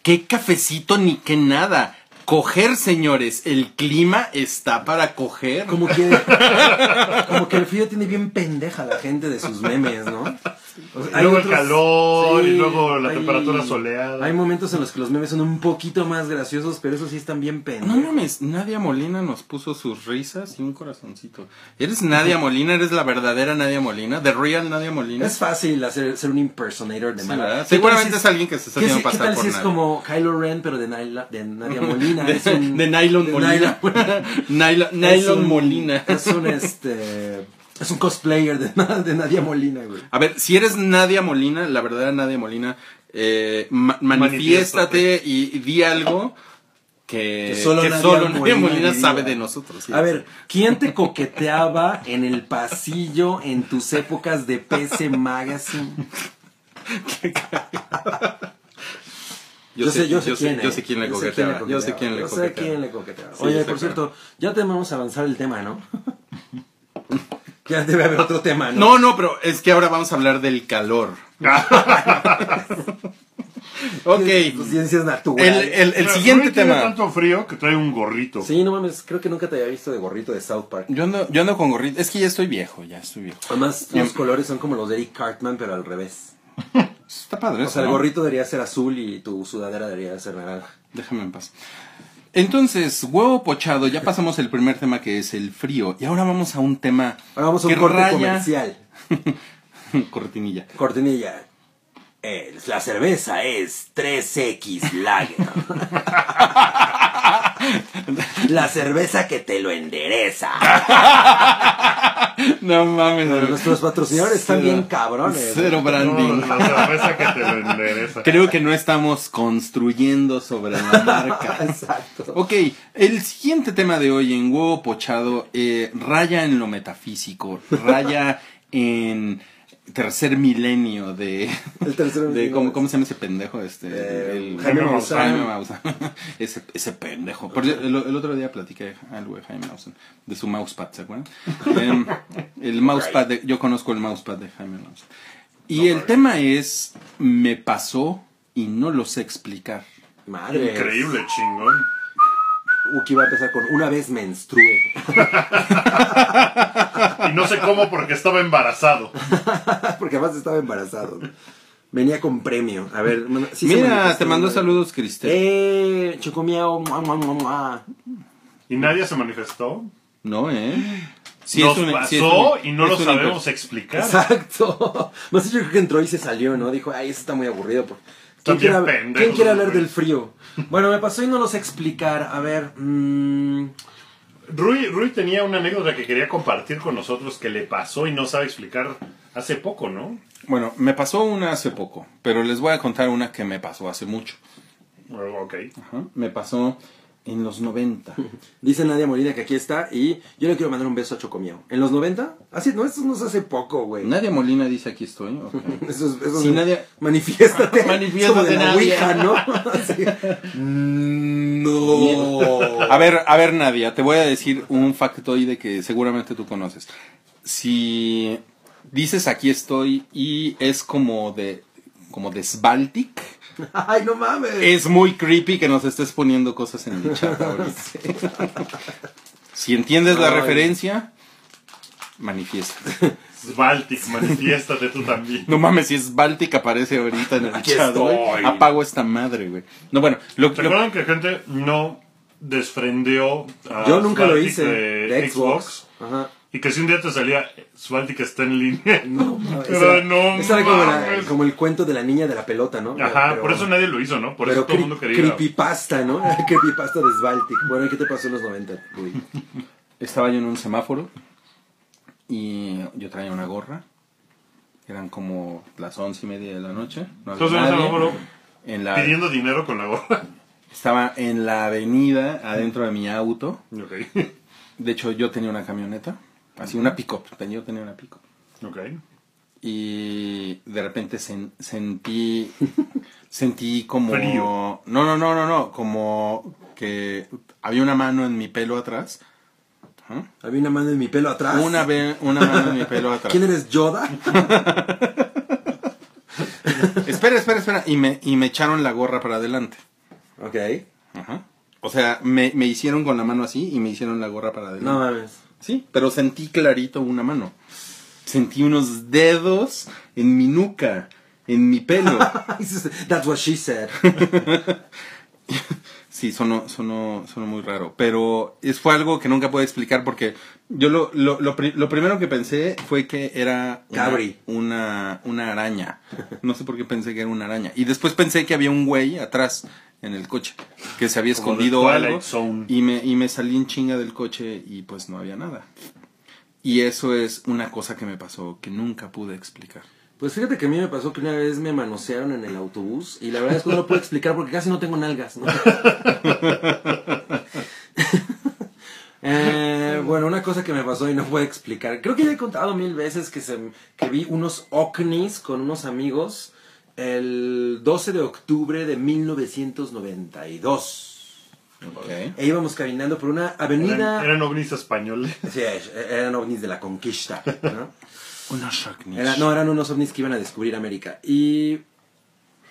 ¿Qué cafecito ni qué nada? Coger, señores, el clima está para coger. Como que, como que el frío tiene bien pendeja a la gente de sus memes, ¿no? O sea, hay luego el calor, y luego la temperatura soleada. Hay momentos en los que los memes son un poquito más graciosos, pero esos sí están bien No pendejos. mames, Nadia Molina nos puso sus risas y un corazoncito. ¿Eres Nadia Molina? ¿Eres la verdadera Nadia Molina? ¿The real Nadia Molina? Es fácil hacer, ser un impersonator de Sí, mala. ¿verdad? ¿Qué tal Seguramente si es alguien que se está ¿qué haciendo si- ¿Qué pasar tal por si es Nadia? como Kylo Ren, pero de, Naila- de Nadia Molina? de, Es un- de Nylon de Molina. Nylon, Es Nylon un- Molina. Es un este. Es un cosplayer de, Na- de Nadia Molina, güey. A ver, si eres Nadia Molina, la verdadera Nadia Molina, eh, ma- manifiéstate Manifiéstate. y, y di algo que, Que solo que Nadia solo Nadia Molina Molina diría. sabe de nosotros. sí, A ver, sí. ¿quién te coqueteaba en el pasillo en tus épocas de PC Magazine? Yo, sé, yo, sé, quién, eh. yo sé quién le coqueteaba. Yo sé quién le Yo sé coqueteaba. quién le coqueteaba. Sí, Oye, exacto. por cierto, ya te vamos a avanzar el tema, ¿no? Ya debe haber otro tema, ¿no? No, no, pero es que ahora vamos a hablar del calor. ok. Tus ciencias El, naturales. el- el Pero siguiente Rui tiene tema. tanto frío que trae un gorrito. Sí, no mames, creo que nunca te había visto de gorrito de South Park. Yo ando, yo ando con gorrito. Es que ya estoy viejo, ya estoy viejo. Además, los colores son como los de Eric Cartman, pero al revés. Está padre. O eso, sea, el ¿no? gorrito debería ser azul y tu sudadera debería ser naranja. Déjame en paz. Entonces, huevo pochado, ya pasamos el primer tema que es el frío. Y ahora vamos a un tema. Ahora vamos a un que corte raya- comercial. Cortinilla. Cortinilla. Eh, la cerveza es 3X Lager. la cerveza que te lo endereza. No mames, güey. Nuestros patrocinadores están Cero- bien cabrones. Cero branding. No, la cerveza que te lo endereza. Creo que ¿eh? no estamos construyendo sobre la marca. Exacto. Ok, el siguiente tema de hoy en huevo pochado eh, raya en lo metafísico, raya en tercer milenio de, El tercer de- milenio. ¿cómo, cómo se llama ese pendejo? Este, Eh, el, Jaime Maussan. Jaime Maussan. ese, ese pendejo. Por cierto, el, el otro día platiqué algo de Jaime Maussan, de su mousepad, ¿se acuerdan? Em, el mousepad, de- yo conozco el mousepad de Jaime Maussan. Y el tema es, me pasó y no lo sé explicar. Madre. Increíble, chingón. Uki va a empezar con una vez menstrué. Y no sé cómo porque estaba embarazado. Porque además estaba embarazado. Venía con premio. A ver, man- sí se Mira, manifestó, te mando ¿no? saludos, Cristel. Eh, chocomiao. mua, mua, mua, mua. Y nadie se manifestó. No, ¿eh? Sí, Nos es una- pasó sí, es una- y no es lo una sabemos imper- explicar. Exacto. Más yo creo que entró y se salió, ¿no? Dijo, ay, eso está muy aburrido. Porque... ¿Quién, Están quiere, bien hab- pendejos, quién quiere hablar güey. del frío? Bueno, me pasó y no lo sé explicar. A ver, mm, Rui, Rui tenía una anécdota que quería compartir con nosotros que le pasó y no sabe explicar hace poco, ¿no? Bueno, me pasó una hace poco, pero les voy a contar una que me pasó hace mucho. Bueno, Ok. Ajá, Me pasó en los 90. dice Nadia Molina que aquí está y yo le quiero mandar un beso a Chocomiao. ¿En los 90? Así, no, eso nos hace poco, güey. Nadia Molina dice aquí estoy. ok. Eso es, eso Sí, es- Nadia- manifiéstate. Manifiéstate, Es como de la Nadia. Ouija, ¿no? Así. Mm, No. A ver, a ver, Nadia, te voy a decir un factoide que seguramente tú conoces. Si dices aquí estoy y es como de como de Sbaltic, Ay, no mames. Eh, Es muy creepy que nos estés poniendo cosas en el chat ahorita. Si entiendes la Ay. referencia, manifiesta. Baltic, manifiéstate tú también. No mames, si es Baltic aparece ahorita en el Aquí chat, güey. estoy. Apago esta madre, güey. No, bueno, lo, ¿Se lo- acuerdan que gente no desfrendeó a Yo nunca lo Svaltic hice. de, De Xbox? Xbox. Ajá. Y que si un día te salía Svaltic está en línea. No, mames. Pero Esa- no esa era como, la- mames. como el cuento de la niña de la pelota, ¿no? Ajá, Pero- por eso nadie lo hizo, ¿no? Por pero eso todo el cre- mundo quería. creepypasta, ¿no? Era creepypasta de Svaltic. Bueno, ¿y qué te pasó en los 90? Uy. estaba yo en un semáforo y yo traía una gorra. Eran como las once y media de la noche. No había Entonces, en un nadie. semáforo, En la- pidiendo dinero con la gorra. estaba en la avenida adentro de mi auto. ok. De hecho, yo tenía una camioneta, así una pick-up. tenía- Yo tenía una pick-up. Ok. y de repente sen- sentí sentí como Frío. no no no no no como que había una mano en mi pelo atrás Ajá. Había una mano en mi pelo atrás. una ve- una mano en mi pelo atrás ¿Quién eres Yoda? espera espera espera y me y me echaron la gorra para adelante ok. Ajá. o sea me, me hicieron con la mano así y me hicieron la gorra para adelante No mames. sí pero sentí clarito una mano sentí unos dedos en mi nuca en mi pelo That's what she said. Sí, sonó, sonó, sonó muy raro. Pero es, fue algo que nunca pude explicar porque yo lo, lo, lo, pri- lo primero que pensé fue que era una- Cabri. Una, una araña. No sé por qué pensé que era una araña. Y después pensé que había un güey atrás en el coche que se había Como de escondido o Twilight algo. Zone. Y me, y me salí en chinga del coche y pues no había nada. Y eso es una cosa que me pasó que nunca pude explicar. Pues fíjate que a mí me pasó que una vez me manosearon en el autobús y la verdad es que no lo puedo explicar porque casi no tengo nalgas. ¿no? Eh, bueno, una cosa que me pasó y no puedo explicar. Creo que ya he contado mil veces que, se, que vi unos ovnis con unos amigos el 12 de octubre de 1992. E íbamos caminando por una avenida... Eran, eran ovnis españoles. Sí, eran ovnis de la conquista, ¿no? Una shark niche. Era- no, eran unos ovnis que iban a descubrir América. Y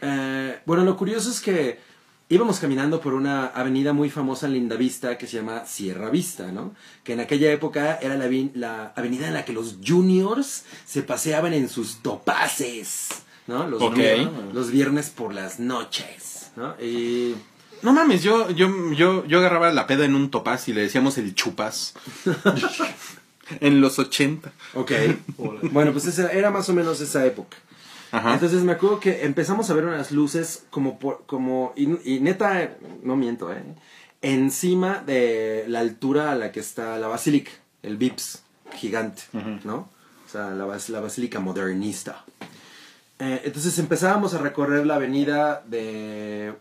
eh, bueno, lo curioso es que íbamos caminando por una avenida muy famosa en Lindavista que se llama Sierra Vista, ¿no? Que en aquella época era la, vi- la avenida en la que los juniors se paseaban en sus topaces, ¿no? Los, Ok. vier- los viernes por las noches, ¿no? Y No mames, yo, yo, yo, yo agarraba la peda en un topaz y le decíamos el chupas. en los 80. Ok. bueno, pues esa, era más o menos esa época. Ajá. Entonces me acuerdo que empezamos a ver unas luces como por, como, y, y neta, eh, no miento, eh, encima de la altura a la que está la basílica, el Vips, gigante, ¿no? O sea, la, bas- la basílica modernista. Eh, entonces empezábamos a recorrer la avenida de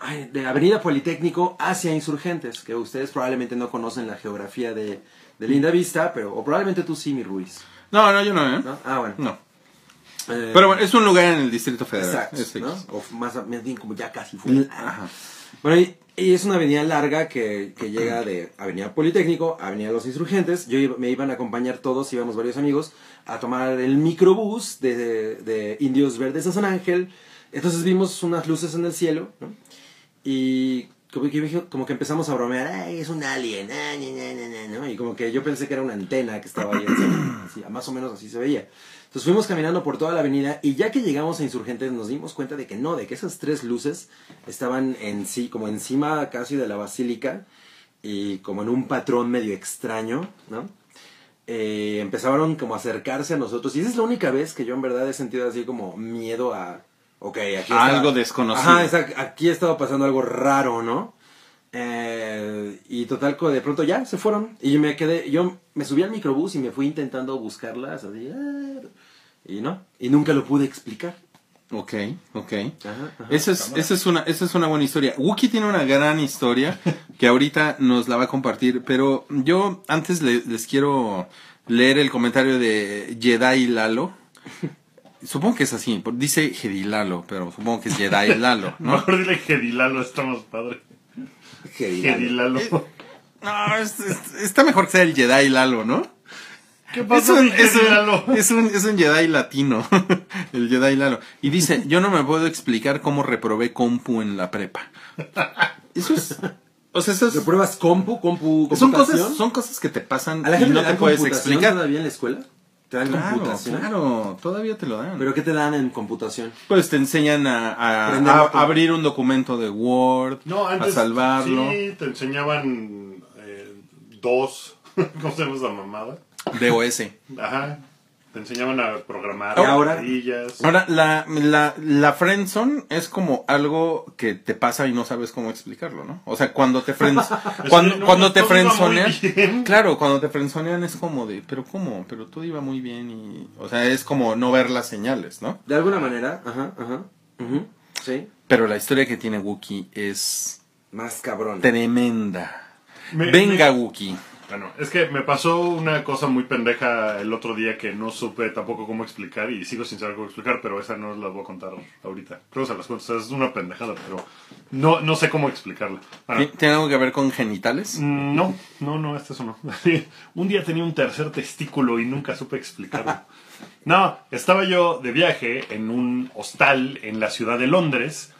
Ay, de Avenida Politécnico hacia Insurgentes, que ustedes probablemente no conocen la geografía de, de Linda Vista, pero, o probablemente tú sí, mi Ruiz. No, no, yo no, ¿eh? ¿no? Ah, bueno. No. Eh, Pero bueno, es un lugar en el Distrito Federal. Exacto, Es X. ¿no? Ah. O más, más bien como ya casi fue. Ajá. Bueno, y, y es una avenida larga que, que llega de Avenida Politécnico, a Avenida Los Insurgentes. Yo iba- me iban a acompañar todos, íbamos varios amigos, a tomar el microbús de, de Indios Verdes a San Ángel. Entonces vimos unas luces en el cielo, ¿no? Y como que, dije- como que empezamos a bromear, "Ay, es un alien, ah, ña, ña, ña, ña", ¿no? Y como que yo pensé que era una antena que estaba ahí, encima, así, más o menos así se veía. Entonces fuimos caminando por toda la avenida y ya que llegamos a Insurgentes nos dimos cuenta de que no, de que esas tres luces estaban en sí, como encima casi de la basílica y como en un patrón medio extraño, ¿no? eh, empezaron como a acercarse a nosotros. Y esa es la única vez que yo en verdad he sentido así como miedo a... Ok, aquí está- Algo desconocido. Ajá, exacto, aquí estaba pasando algo raro, ¿no? Eh, y total, co- de pronto ya se fueron. Y me quedé, yo me subí al microbús y me fui intentando buscarlas así. ah, Y no, y nunca lo pude explicar. Ok, ok. Ajá, ajá. Esa es, esa es una, esa es una buena historia. Wookie tiene una gran historia que ahorita nos la va a compartir, pero yo antes le- les quiero leer el comentario de Jedi Lalo. Supongo que es así, por- dice Jedi Lalo, pero supongo que es Jedi Lalo, ¿no? Mejor dile Gedilalo, está más padre. Qué Gedilalo. No, es- es- está mejor que sea el Jedi Lalo, ¿no? ¿Qué Es pasó, un, mi es, un- querido Lalo? es un- es un Jedi latino, el Jedi Lalo. Y dice, yo no me puedo explicar cómo reprobé compu en la prepa. Eso es... O sea, eso es- ¿Repruebas compu, compu, son, computación? cosas, son cosas que te pasan ¿A la y gente no le te dan puedes computación explicar. todavía en la escuela? ¿Te dan Claro, computación? claro, todavía te lo dan. ¿Pero qué te dan en computación? Pues te enseñan a, a- Prender a botón. abrir un documento de Word, No, antes. a salvarlo, Sí, te enseñaban eh, dos. ¿Cómo se llama esa mamada? DOS. Ajá. Te enseñaban a programar. ¿Y ahora? plantillas. Ahora, la, la, la friendzone es como algo que te pasa y no sabes cómo explicarlo, ¿no? O sea, cuando te friends, cuando, no, cuando te todo iba muy friendzonean, bien. claro, cuando te friendzonean es como de, pero cómo, pero todo iba muy bien y, o sea, es como no ver las señales, ¿no? De alguna manera, ajá, ajá. ujú, Sí. Pero la historia que tiene Wookiee es Más cabrón. tremenda. Me- Venga, me- Wookiee. Bueno, es que me pasó una cosa muy pendeja el otro día que no supe tampoco cómo explicar y sigo sin saber cómo explicar, pero esa no la voy a contar ahorita. Creo que se las cuento, o sea, es una pendejada, pero no, no sé cómo explicarla. Bueno, ¿Ti- ¿Tiene algo que ver con genitales? Mm, No, no, no, este es uno. un día tenía un tercer testículo y nunca supe explicarlo. No, estaba yo de viaje en un hostal en la ciudad de Londres.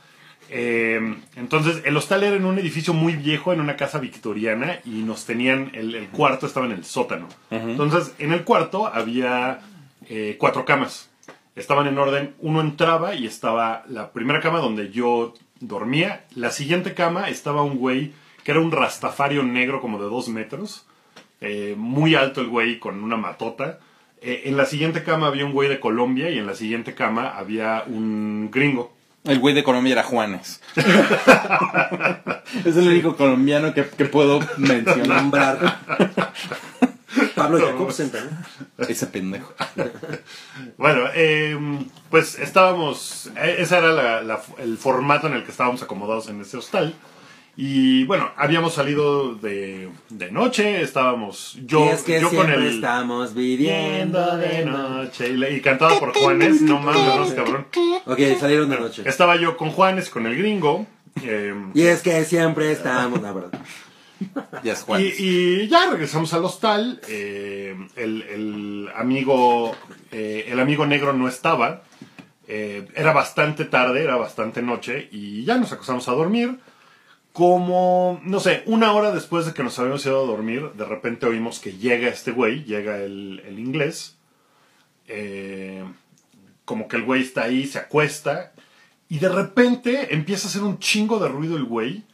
Eh, entonces, el hostal era en un edificio muy viejo, en una casa victoriana, y nos tenían, el, el cuarto estaba en el sótano. Entonces, en el cuarto había eh, cuatro camas. Estaban en orden, uno entraba y estaba la primera cama donde yo dormía. La siguiente cama estaba un güey que era un rastafario negro como de dos metros. Eh, muy alto el güey con una matota. Eh, en la siguiente cama había un güey de Colombia y en la siguiente cama había un gringo. El güey de Colombia era Juanes. es el único colombiano que, que puedo mencionar. Nombrar. Pablo Jacobsen también. Ese pendejo. Bueno, eh, pues estábamos, eh, ese era la- la- el formato en el que estábamos acomodados en ese hostal. Y bueno, habíamos salido de, de noche, estábamos yo, y es que yo con siempre el... estamos viviendo Viviendo de noche. Y, le- y cantado por Juanes, no mames, cabrón. Ok, salieron de noche. Estaba yo con Juanes, con el gringo. eh, Y es que siempre estamos, la verdad. Ya es y, Juanes. y ya regresamos al hostal. eh, el, el amigo, eh, el amigo negro no estaba. eh, era bastante tarde, era bastante noche. Y ya nos acostamos a dormir. Como, no sé, una hora después de que nos habíamos ido a dormir, de repente oímos que llega este güey, llega el, el inglés. eh, como que el güey está ahí, se acuesta. Y de repente empieza a hacer un chingo de ruido el güey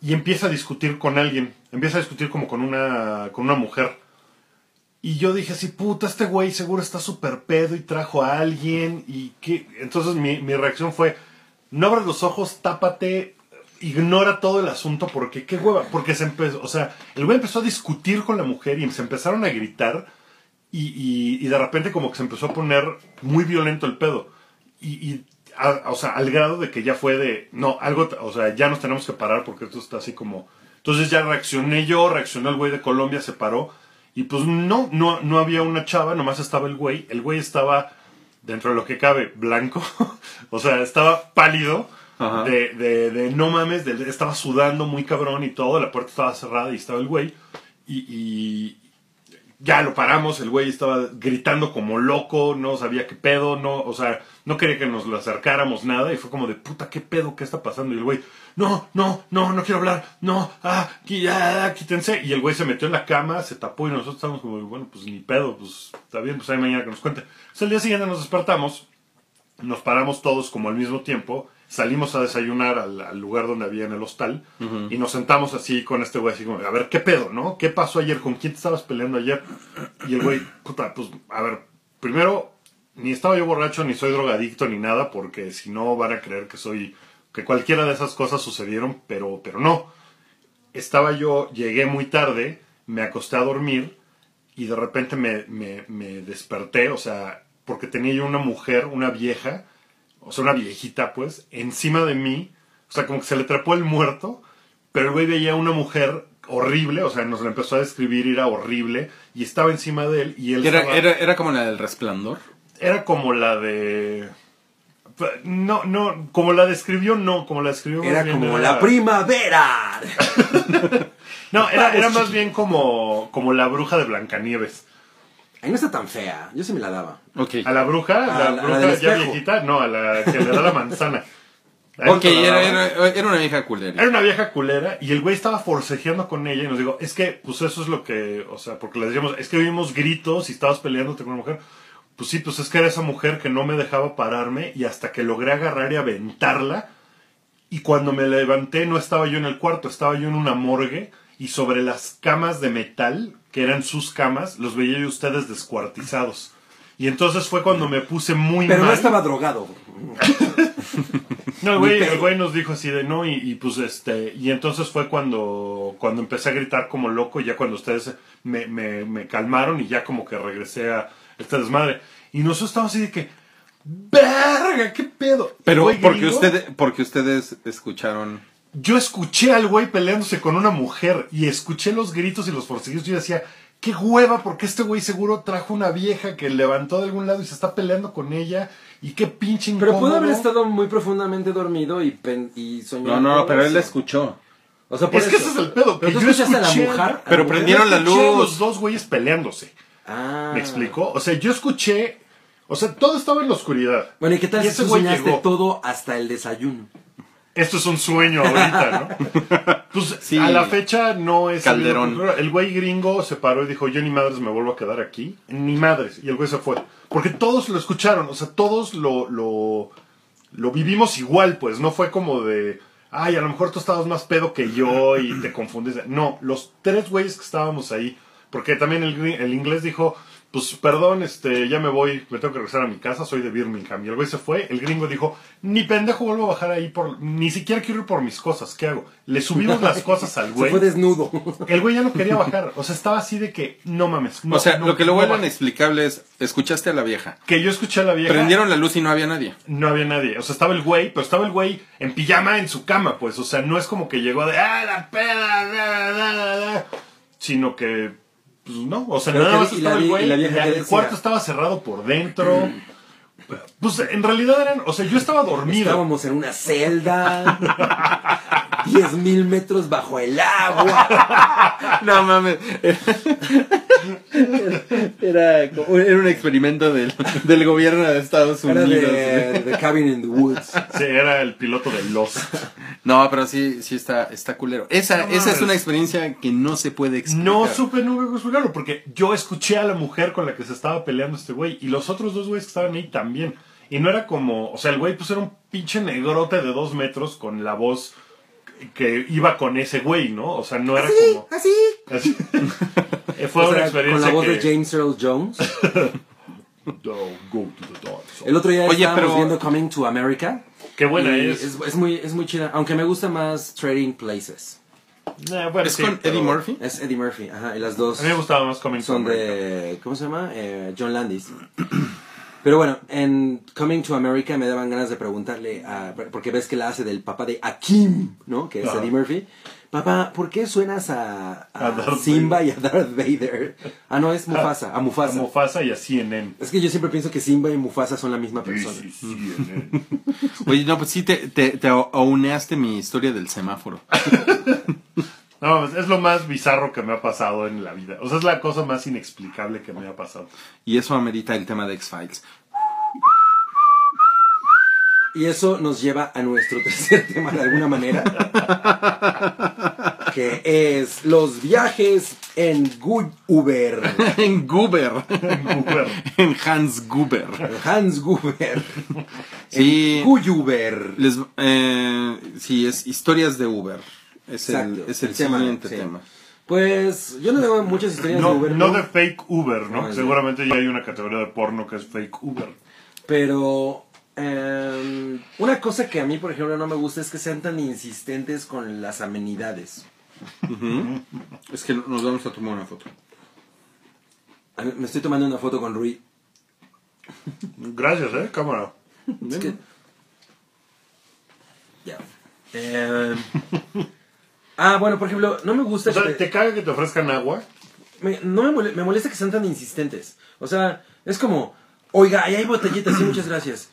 y empieza a discutir con alguien. Empieza a discutir como con una, con una mujer. Y yo dije así, puta, este güey seguro está súper pedo y trajo a alguien. y qué? Entonces mi, mi reacción fue, no abras los ojos, tápate, ignora todo el asunto porque qué hueva. Porque se empezó, o sea, el güey empezó a discutir con la mujer y se empezaron a gritar. Y, y- y de repente como que se empezó a poner muy violento el pedo. Y, y, a- o sea, al grado de que ya fue de, no, algo, o sea, ya nos tenemos que parar porque esto está así como... Entonces ya reaccioné yo, reaccionó el güey de Colombia, se paró. Y pues no, no, no había una chava, nomás estaba el güey. El güey estaba, dentro de lo que cabe, blanco. o sea, estaba pálido. Ajá. De, de- de no mames, de- estaba sudando muy cabrón y todo. La puerta estaba cerrada y estaba el güey. Y, y ya lo paramos, el güey estaba gritando como loco, no sabía qué pedo, no, o sea, no quería que nos lo acercáramos nada y fue como de puta, qué pedo, qué está pasando. Y el güey, no, no, no, no quiero hablar, no, ah, qui- ah, quítense. Y el güey se metió en la cama, se tapó y nosotros estábamos como, bueno, pues ni pedo, pues está bien, pues hay mañana que nos cuente. Entonces el día siguiente nos despertamos, nos paramos todos como al mismo tiempo, salimos a desayunar al, al lugar donde había en el hostal y nos sentamos así con este güey, así como, a ver, ¿qué pedo, no? ¿Qué pasó ayer? ¿Con quién te estabas peleando ayer? Y el güey, puta, pues, a ver, primero, ni estaba yo borracho, ni soy drogadicto, ni nada, porque si no van a creer que soy, que cualquiera de esas cosas sucedieron, pero, pero no. Estaba yo, llegué muy tarde, me acosté a dormir y de repente me, me- me desperté, o sea, porque tenía yo una mujer, una vieja, o sea, una viejita, pues, encima de mí, o sea, como que se le trepó el muerto, pero el güey veía una mujer horrible, o sea, nos la empezó a describir, era horrible, y estaba encima de él, y él Era, estaba- era, era como la del resplandor. era como la de... No, no, como la describió, no, como la describió... más Era bien como la primavera. No, era, Vamos, era más chiqui. bien como, como la bruja de Blancanieves. Ahí no está tan fea. Yo sí me la daba. Ok. A la bruja, A la- la, a la bruja del ya espejo. viejita, no, a la que le da la manzana. A Ok, esa la era, daba. era, era una vieja Era culera. una vieja culera y el güey estaba forcejeando con ella y nos dijo, es que, pues eso es lo que, o sea, porque le decíamos, es que oímos gritos y estabas peleándote con una mujer. Pues sí, pues es que era esa mujer que no me dejaba pararme y hasta que logré agarrar y aventarla. Y cuando me levanté no estaba yo en el cuarto, estaba yo en una morgue y sobre las camas de metal, que eran sus camas, los veía yo a ustedes descuartizados. Y entonces fue cuando me puse muy Pero mal. no estaba drogado. No, el güey, el güey nos dijo así de no, y, y, pues este, y entonces fue cuando, cuando empecé a gritar como loco, y ya cuando ustedes me, me- me calmaron y ya como que regresé a este desmadre. Y nosotros estábamos así de que, verga, qué pedo. Pero Güey, porque, gringo, usted, porque ustedes escucharon. Yo escuché al güey peleándose con una mujer y escuché los gritos y los forcejeos. Yo decía, qué hueva, porque este güey seguro trajo una vieja que levantó de algún lado y se está peleando con ella. Y qué pinche incómodo. Pero pudo haber estado muy profundamente dormido y, pen- y soñando. No, no, pero él la escuchó. escuchó. O sea, Es que ese es el pedo, Pero que tú yo escuchaste a escuché- la mujer. a la pero mujer. prendieron- Dieron la Escuché luz. los dos güeyes peleándose. Ah. ¿Me explico? O sea, yo escuché. O sea, todo estaba en la oscuridad. Bueno, ¿y qué tal Y si ese tú güey soñaste llegó. todo hasta el desayuno? Esto es un sueño ahorita, ¿no? Pues Sí. a la fecha no es. Calderón. El, el güey gringo se paró y dijo: Yo ni madres me vuelvo a quedar aquí. Ni madres. Y el güey se fue. Porque todos lo escucharon. O sea, todos lo. lo, lo vivimos igual, pues. No fue como de. Ay, a lo mejor tú estabas más pedo que yo y te confundes. No, los tres güeyes que estábamos ahí. Porque también el, gri- el inglés dijo. Pues perdón, este, ya me voy, me tengo que regresar a mi casa, soy de Birmingham. Y el güey se fue, el gringo dijo, ni pendejo vuelvo a bajar ahí por, ni siquiera quiero ir por mis cosas, ¿qué hago? Le subimos las cosas al Se güey. fue desnudo. El güey ya no quería bajar. O sea, estaba así de que no mames. no, o sea, no, lo que no luego era bajes". inexplicable es: escuchaste a la vieja. Que yo escuché a la vieja. Prendieron la luz y no había nadie. No había nadie. O sea, estaba el güey, pero estaba el güey en pijama en su cama, pues. O sea, no es como que llegó de. ¡Ah, la peda! Da, da, da, da", Sino que. Pues no. O sea, Pero nada que- más y la estaba el vi- y güey. la vieja la- que El decía. "Mm". cuarto estaba cerrado por dentro. Pues en realidad eran. O sea, yo estaba dormido. Estábamos en una celda. 10.000 mil metros bajo el agua. No mames. Era, era como- era un experimento del, del gobierno de Estados Era Unidos. de The Cabin in the Woods. Sí, era el piloto de los. No, pero sí, sí está, está culero. Esa, No esa es mames. una experiencia que no se puede explicar. No supe nunca cómo explicarlo, porque yo escuché a la mujer con la que se estaba peleando este güey y los otros dos güeyes que estaban ahí también. Y no era como, o sea, el güey pues era un pinche negrote de dos metros con la voz que iba con ese güey, ¿no? O sea, no era como... así. así. Eh, O Fue sea, una experiencia con la voz que... de James Earl Jones. Don't go to the dark side. El otro día Oye, estábamos pero- viendo Coming to America. Qué buena Y es. es. muy, es muy chida. Aunque me gusta más Trading Places. Eh, bueno, ¿Es sí, con pero Eddie Murphy? Es Eddie Murphy. Ajá, y las dos. A mí me gustaba más Coming to son America. de cómo se llama Eh, John Landis pero bueno en Coming to America me daban ganas de preguntarle a- porque ves que la hace del papá de Akim no que es Ajá. Eddie Murphy papá por qué suenas a, a A Darth Simba y a Darth Vader ah no es Mufasa a A Mufasa Mufasa y a CNN. es que yo siempre pienso que Simba y Mufasa son la misma persona Sí, sí, CNN. Oye, no, pues sí, te, te, te auneaste mi historia del semáforo. No, pues, es lo más bizarro que me ha pasado en la vida. O sea, es la cosa más inexplicable que me ha pasado. Y eso amerita el tema de X-Files. y eso nos lleva a nuestro tercer tema de alguna manera que es los viajes en Uber en Goober. Uber. en Hans Goober. Hans Guber. Sí. Guyuber. Les, eh, sí, es historias de Uber. Es el, Exacto, es el, el tema, siguiente sí. tema. Pues yo no tengo muchas historias No, de Uber, no ¿no? de fake Uber, ¿no? No, es Seguramente ya hay una categoría de porno que es fake Uber. pero em, una cosa que a mí, por ejemplo, no me gusta es que sean tan insistentes con las amenidades. Es que nos vamos a tomar una foto. A mí- Me estoy tomando una foto con Rui. Gracias, ¿eh? Cámara. Es que- Ya. Em, ah, bueno, por ejemplo, no me gusta O sea, que ¿te caga que te ofrezcan agua? me, no me, mole- me molesta que sean tan insistentes. O sea, es como, oiga, ahí hay botellitas, sí, muchas gracias.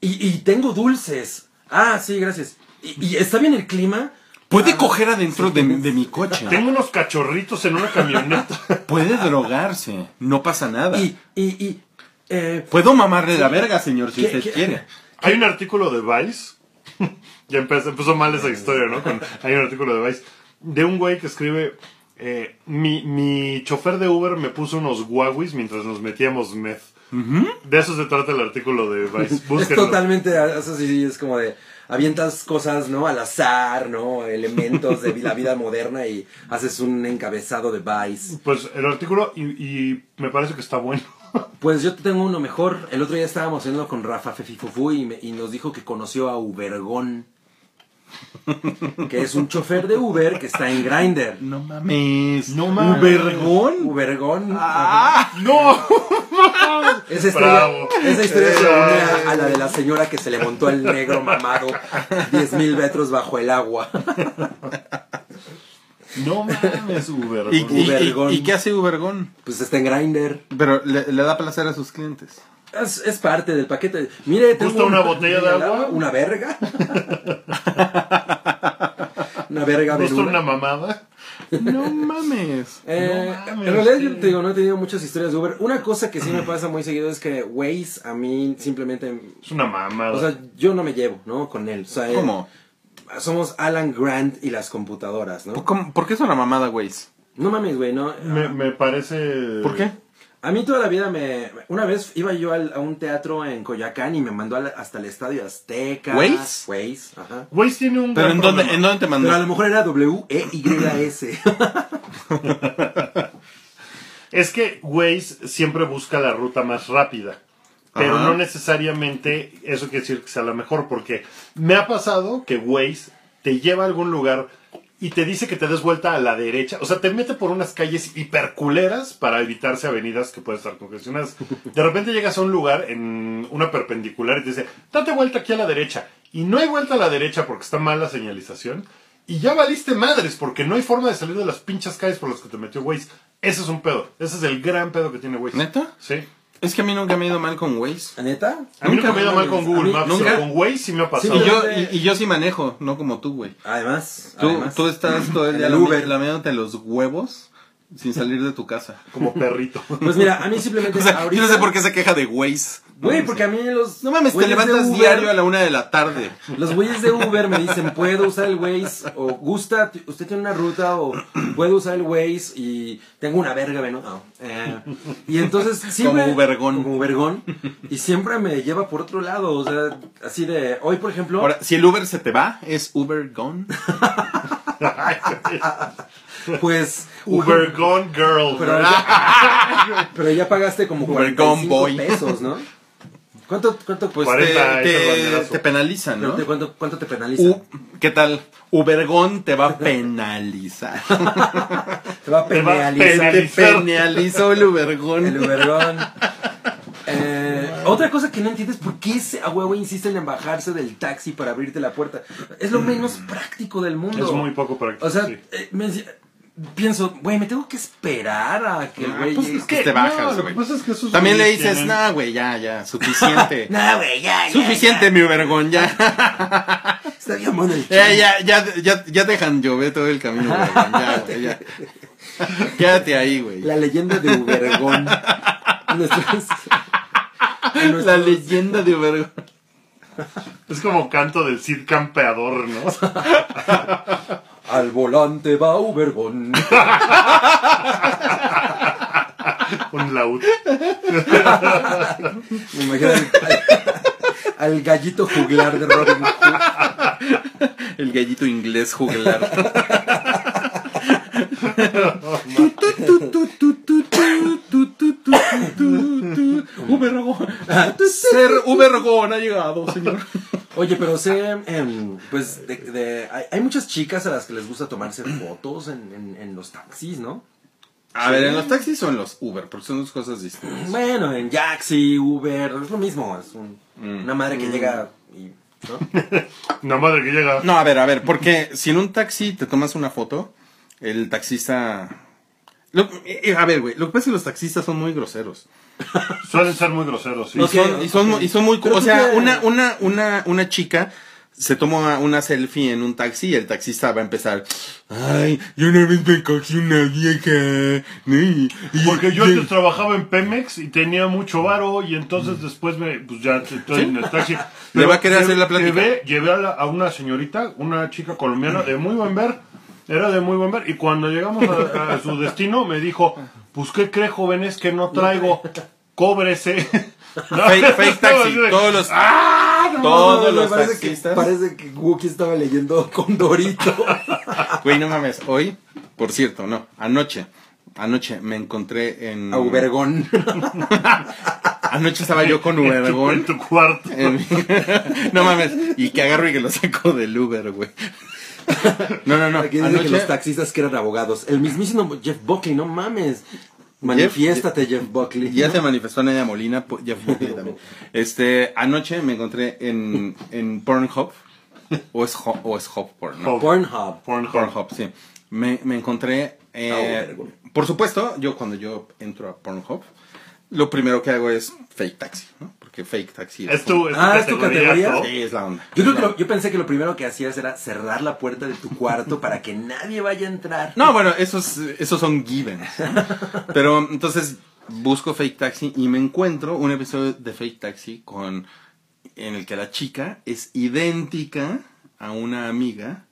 Y, y tengo dulces. Ah, sí, gracias. Y, y está bien el clima. Puede coger adentro de, de mi coche. Tengo unos cachorritos en una camioneta. Puede drogarse. No pasa nada. Y, y, y. eh, Puedo mamarle la verga, señor, si ¿Qué- usted qué- quiere. Hay un artículo de Vice. ya empezó, empezó mal esa historia, ¿no? Con- hay un artículo de Vice. De un güey que escribe. eh, mi, mi chofer de Uber me puso unos guaguis mientras nos metíamos meth. De eso se trata el artículo de Vice. es Búsquenlo. totalmente. ah, Eso sí, sí, es como de. Avientas cosas, ¿no? Al azar, ¿no? Elementos de la vida moderna y haces un encabezado de Vice. Pues el artículo, y, y me parece que está bueno. Pues yo tengo uno mejor. El otro día estábamos haciendo con Rafa Fefifufu y, me- y nos dijo que conoció a Ubergón. Que es un chofer de Uber que está en Grindr. No mames. Ah. No mames. Ubergón. Ubergón. Ah, ¡No! Esa historia, Bravo. esa historia se Bravo. une a, a la de la señora que se le montó el negro mamado 10.000 metros bajo el agua. No mames, Uber. ¿Y, y- y- Ubergón. y qué hace Ubergón? Pues está en Grindr. Pero le, le da placer a sus clientes. Es, es parte del paquete. Mire, tengo ¿Gusta una botella de agua? Una verga. una verga ¿Gusta veruda. una mamada? No mames. Eh, No mames, en realidad, sí. yo te digo, no he tenido muchas historias de Uber. Una cosa que sí me pasa muy seguido es que Waze a mí simplemente. Es una mamada. O sea, yo no me llevo, ¿no? Con él. O sea, él- ¿Cómo? Somos Alan Grant y las computadoras, ¿no? ¿Cómo- ¿Por qué es una mamada, güey? No mames, güey, no. me, me parece. ¿Por qué? A mí toda la vida me... Una vez iba yo al- a un teatro en Coyoacán y me mandó al- hasta el Estadio Azteca. ¿Waze? Waze, ajá. Waze tiene un. ¿Pero gran en dónde, problema. en dónde te mandó? Pero a lo mejor era E W-E-Y-S. Es que Waze siempre busca la ruta más rápida. Pero Ajá. no necesariamente eso quiere decir que sea la mejor, porque me ha pasado que Waze te lleva a algún lugar y te dice que te des vuelta a la derecha. O sea, te mete por unas calles hiperculeras para evitarse avenidas que pueden estar congestionadas. De repente llegas a un lugar en una perpendicular y te dice, date vuelta aquí a la derecha. Y no hay vuelta a la derecha porque está mal la señalización. Y ya valiste madres porque no hay forma de salir de las pinchas calles por las que te metió Waze. Ese es un pedo. Ese es el gran pedo que tiene Waze. ¿Neta? Sí. Es que a mí nunca me ha ido mal con Waze. ¿Neta? A mí nunca me ha ido mal A con mí- Google Maps, nunca. pero con Waze sí me ha pasado. Sí, Y yo, ¿Dónde? y, y yo sí manejo, no como tú, güey. Además, Tú, además. tú estás todo el día En el lami- Uber. lamiéndote los huevos sin salir de tu casa. Como perrito. Pues mira, a mí simplemente O sea, yo ahorita... no sé por qué se queja de Waze. Güey, porque a mí los... No mames, te güeyes de levantas Uber- diario a la una de la tarde. Los güeyes de Uber me dicen, puedo usar el Waze, o gusta, t- usted tiene una ruta, o puedo usar el Waze, y tengo una verga, ¿no? No. Eh, y entonces siempre... Como Ubergón. Como Ubergón, y siempre me lleva por otro lado, o sea, así de, hoy por ejemplo... Ahora, si el Uber se te va, es Uber gone. Ay, güey. Pues Uber Gone Girl. Pero ya, pero ya pagaste como Uber 45 Gone Boy. pesos, ¿no? ¿Cuánto, cuánto, Pues 40 te, es el te- banderazo. te penalizan, ¿no? ¿cuánto, cuánto, cuánto te penaliza? U- ¿Qué tal? Ubergón te va a penalizar. te va a te va a penalizar te penalizar. penalizó el Ubergón. el Ubergón. Eh, otra cosa que no entiendes es por qué ese a huevo insisten en bajarse del taxi para abrirte la puerta. Es lo menos Mm. práctico del mundo. Es muy poco práctico. O sea, sí. eh, me enci- pienso, güey, me tengo que esperar a que el Ah, güey pues llegue. es que te bajas, lo que güey. pasa es que esos También le güeyes dices, tienen- nah, güey, ya, ya, suficiente. No, güey, ya, ya, suficiente, mi Ubergón, ya. ya. Está bien bueno el Ya, ya, ya, ya, ya dejan llover todo el camino, Ubergón, ya, güey, ya. Quédate ahí, güey. La leyenda de Ubergón. Nuestros- nuestros- La leyenda de Ubergón. Es como canto del Cid campeador, ¿no? Al volante va Ubergón. Un laúd. Me imagino al, al gallito juglar de Robin Hood. El gallito inglés juglar. Ubergón. Ser Ubergón ha llegado, señor. Oye, pero sé, em, pues, de, de- hay, hay muchas chicas a las que les gusta tomarse fotos en, en- en los taxis, ¿no? A ver, ¿en los taxis o en los Uber? Porque son dos cosas distintas. Bueno, en Jaxi, Uber, es lo mismo. Es un- Mm. una madre que llega y... ¿no? Una madre que llega. No, a ver, a ver, porque si en un taxi te tomas una foto, el taxista... Lo- eh, a ver, güey, lo que pasa es que los taxistas son muy groseros. Suelen ser muy groseros, sí. Y, Ok, son, y, son, ok. y son muy... cu- Pero O tú sea, qué- una, una, una, una chica se toma una selfie en un taxi y el taxista va a empezar, ay, yo una vez me cogí una vieja. ay, y- Porque Eh, yo y- antes trabajaba en Pemex y tenía mucho varo y entonces después me, pues ya estoy en el taxi. Le va a querer hacer la plática. Llevé, llevé a, la- a una señorita, una chica colombiana de muy buen ver, era de muy buen ver y cuando llegamos a, a su destino me dijo, pues qué cree joven es que no traigo, ¿eh? cóbrese. Fake- fake taxi, todos los- Ah, todos los parece taxistas. Que, parece que Wookie estaba leyendo Condorito. Ah. Güey, no mames, hoy, por cierto, no, anoche, anoche me encontré en... A Ubergón. Anoche estaba yo con en tu, en Ubergón. tu cuarto. en- no mames, y que agarro y que lo saco del Uber, güey. No, no, no, Aquí dice que los anoche... taxistas que eran abogados. El mismísimo Jeff Buckley, no mames. Manifiéstate, Jeff, Buckley. Ya se manifestó Nadia Molina, po- Jeff Buckley también. Este, anoche me encontré en, en Pornhub, o es, Ho- o es Hopporn, ¿no? Pornhub. Pornhub. Pornhub, sí. Me, me encontré. eh, Ah, vergüenza. por supuesto, yo cuando yo entro a Pornhub, lo primero que hago es fake taxi, ¿no? Porque fake taxi Es tu, es tu Ah, ¿es tu categoría? ¿no? Sí, es la onda. Yo, creo que lo- yo pensé que lo primero que hacías era cerrar la puerta de tu cuarto para que nadie vaya a entrar. No, bueno, esos, esos son givens. ¿no? Pero entonces busco Fake Taxi y me encuentro un episodio de Fake Taxi con en el que la chica es idéntica a una amiga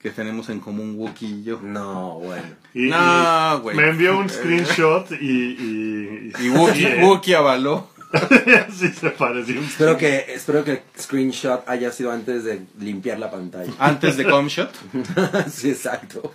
que tenemos en común Wookie y yo. No, bueno. Y- No, y güey. Me envió un screenshot y... Y, Y Wookie, sí, Wookie avaló. sí se pareció un Espero que, espero que el screenshot haya sido antes de limpiar la pantalla. Antes de Comshot. sí, exacto.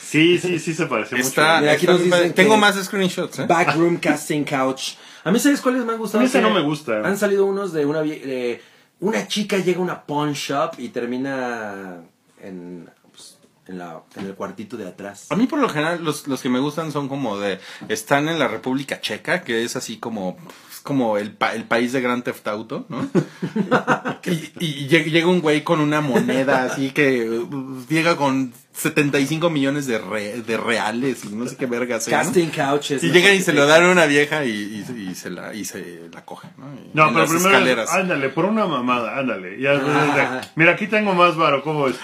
Sí, sí, sí se parece Está, mucho. Mira, aquí está- nos dicen tengo que- más screenshots, ¿eh? Backroom Casting Couch. A mí, ¿sabes cuáles me han gustado? A mí ese Que no me gusta. Han salido unos de una vie- de una chica llega a una pawn shop y termina en, pues, en, la, en el cuartito de atrás. A mí por lo general los, los que me gustan son como de están en la República Checa, que es así como es como el, pa- el país de Gran Theft Auto, ¿no? Que- y, y lleg- llega un güey con una moneda así que uh, llega con 75 millones de, re- de reales y no sé qué verga sea. ¿no? Casting Couch es Y la- llega y se lo dan a una vieja y, y- y se la y se la coge, ¿no? Y- No, en pero las primero, escaleras. ándale, por una mamada, ándale. Ya, Ah. Mira, aquí tengo más varo, ¿cómo ves?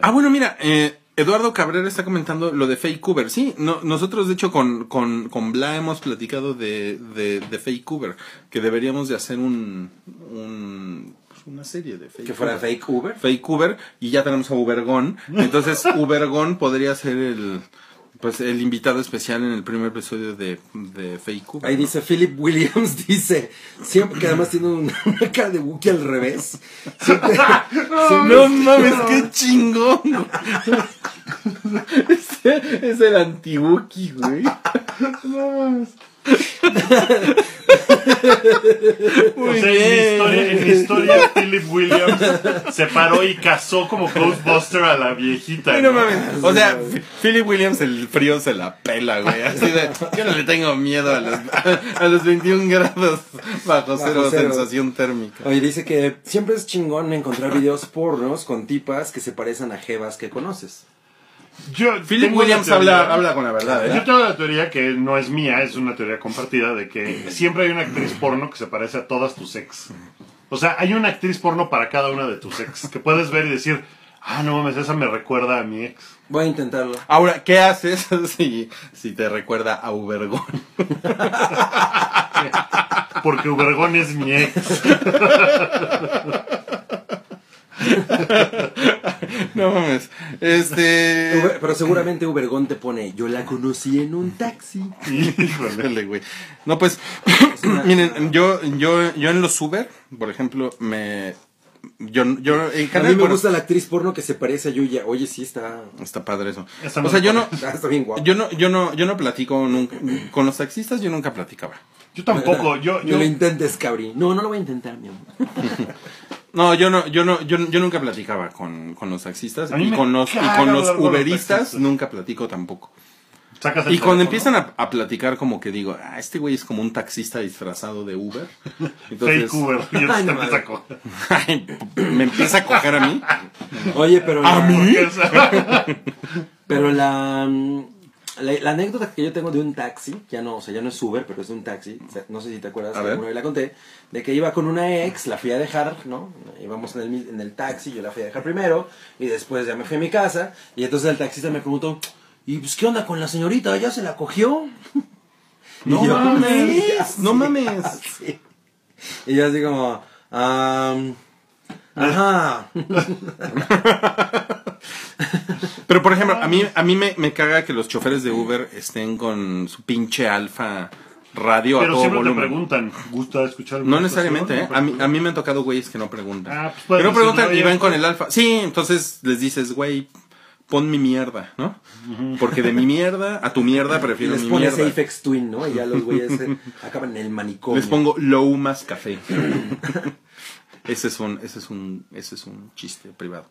Ah, bueno, mira, eh, Eduardo Cabrera está comentando lo de Fakecuber. Sí, no, nosotros de hecho con, con, con Bla hemos platicado de, de, de Fakecuber, que deberíamos de hacer un, un pues, una serie de Fakecuber. Que fuera fake Uber. Fakecuber, y ya tenemos a Ubergón. Entonces, Ubergón podría ser el pues el invitado especial en el primer episodio de, de Fakecuber. Ahí ¿no? dice Philip Williams, dice, siempre que además tiene un- una cara de Wookiee al revés. Siempre, siempre- No mames, qué chingón. güey. Es, es el antibuki, güey. Muy o sea, bien. en mi historia, en mi historia Philip Williams se paró y casó como Ghostbuster a la viejita. Ay, no ¿no? mames. O sea, F- Philip Williams el frío se la pela, güey. Así de, yo no le tengo miedo a los, a, los 21 grados bajo cero, Bajo cero. sensación térmica. Oye, dice que siempre es chingón encontrar videos pornos con tipas que se parecen a jevas que conoces. Yo Philip tengo una Williams teoría- habla, habla con la verdad, ¿eh? Yo ¿verdad? tengo la teoría que no es mía, es una teoría compartida de que siempre hay una actriz porno que se parece a todas tus ex. O sea, hay una actriz porno para cada una de tus ex que puedes ver y decir, ah, no mames, esa me recuerda a mi ex. Voy a intentarlo. Ahora, ¿qué haces si, si te recuerda a Ubergón? Porque Ubergón es mi ex. No mames. Este. Uber- pero seguramente Ubergón te pone, yo la conocí en un taxi. Híjole. Híjole, güey. No, pues, miren, yo, yo, yo en los Uber, por ejemplo, me. Yo, yo en A general, mí me bueno, gusta la actriz porno que se parece a Yuya. Oye, sí, está, Está padre eso. Esa o no sea, me yo no, está está bien guapo. yo no, yo no, yo no platico nunca. Con los taxistas yo nunca platicaba. Yo tampoco, yo, No yo lo intentes, cabrín. No, no lo voy a intentar, mi amor. No, yo no, yo no, yo, yo nunca platicaba con, con los taxistas A mí y me con los, y caga con los hablar con los uberistas taxistas. nunca platico tampoco. sacas el Y cuando teléfono. empiezan a, a platicar como que digo, ah, este güey es como un taxista disfrazado de Uber. Fake Uber, y Ay, no entonces te mames. saco. Ay, me empieza a coger a mí. Oye, pero... ¿A la- mí? Esa- Pero la... mm, la, la anécdota que yo tengo de un taxi, ya no, o sea, ya no es Uber, pero es de un taxi, o sea, no sé si te acuerdas, A ver. alguna vez la conté, de que iba con una ex, la fui a dejar, ¿no? Íbamos en el, mi- en el taxi, yo la fui a dejar primero, y después ya me fui a mi casa, y entonces el taxista me preguntó, ¿y pues qué onda con la señorita? ¿Ya se la cogió? No Y yo, mames, "Sí, no sí, mames". sí. Y yo así como, "Am, Ah. ajá. Pero por ejemplo, a mí, a mí me, me caga que los choferes de Uber estén con su pinche alfa radio a Pero todo siempre volumen. te preguntan, ¿gusta escuchar alguna No necesariamente, ¿eh? estación? A mí, a mí me han tocado güeyes que no preguntan. Ah, pues, que puedes no decir, preguntan "No, y ya van está". con el alfa. Sí, entonces les dices, güey, pon mi mierda, ¿no? Porque de mi mierda a tu mierda Y prefiero les mi pones mierda. Apex Twin, ¿no? Y ya los güeyes eh, acaban en el manicomio. Les pongo low más café. ese es un, ese es un, ese es un chiste privado.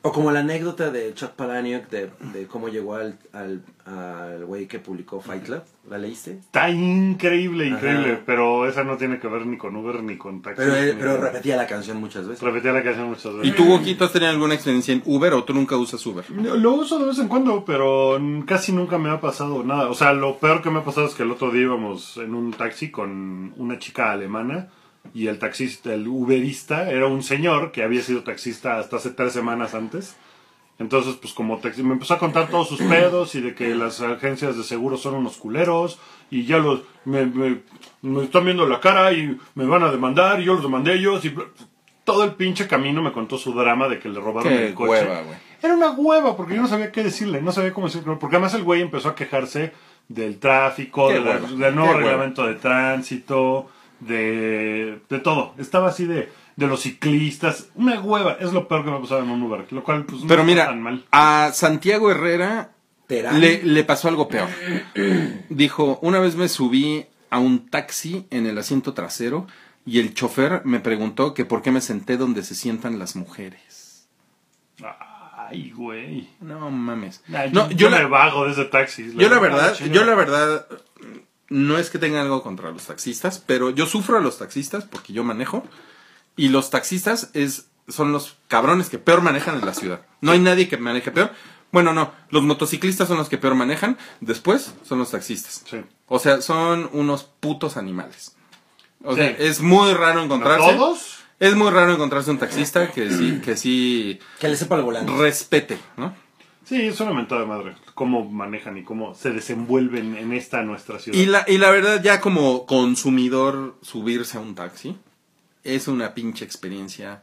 O como la anécdota de Chuck Palahniuk de, de cómo llegó al al- al güey que publicó Fight Club. ¿La leíste? Está increíble, increíble, Ajá. pero esa no tiene que ver ni con Uber ni con taxi. Pero, eh, ni pero con- repetía la canción muchas veces. Repetía la canción muchas ¿Y veces. tú, Goquito, has tenido alguna experiencia en Uber o tú nunca usas Uber? Lo uso de vez en cuando, pero casi nunca me ha pasado nada. O sea, lo peor que me ha pasado es que el otro día íbamos en un taxi con una chica alemana y el taxista, el uberista, era un señor que había sido taxista hasta hace tres semanas antes. Entonces, pues como taxi, me empezó a contar todos sus pedos y de que las agencias de seguro son unos culeros y ya los, me, me- me están viendo la cara y me van a demandar y yo los demandé a ellos y bla- todo el pinche camino me contó su drama de que le robaron Qué el coche. hueva, güey. Era una hueva, porque yo no sabía qué decirle, no sabía cómo decirle. Porque además el güey empezó a quejarse del tráfico, Qué de la- hueva, del nuevo qué hueva. reglamento de tránsito, de, de todo. Estaba así de, de los ciclistas. Una hueva, es lo peor que me ha pasado en un Uber, lo cual pues, no Pero está mira, tan mal. a Santiago Herrera Terán. le, le pasó algo peor. Dijo, una vez me subí a un taxi en el asiento trasero y el chofer me preguntó que por qué me senté donde se sientan las mujeres. Ay, güey. No mames. Nah, No, yo, yo yo me la, vago de ese taxi. yo la verdad, chinga. yo la verdad, no es que tenga algo contra los taxistas, pero yo sufro a los taxistas porque yo manejo y los taxistas es, son los cabrones que peor manejan en la ciudad. No hay nadie que maneje peor. Bueno, no, los motociclistas son los que peor manejan, después son los taxistas. Sí. O sea, son unos putos animales. O Sí. sea, es muy raro ¿No encontrarse. todos? Es muy raro encontrarse un taxista que sí, que sí Que le sepa el volante. respete, ¿no? Sí, es una mentada de madre. Cómo manejan y cómo se desenvuelven en esta nuestra ciudad. Y la, y la verdad, ya como consumidor, subirse a un taxi es una pinche experiencia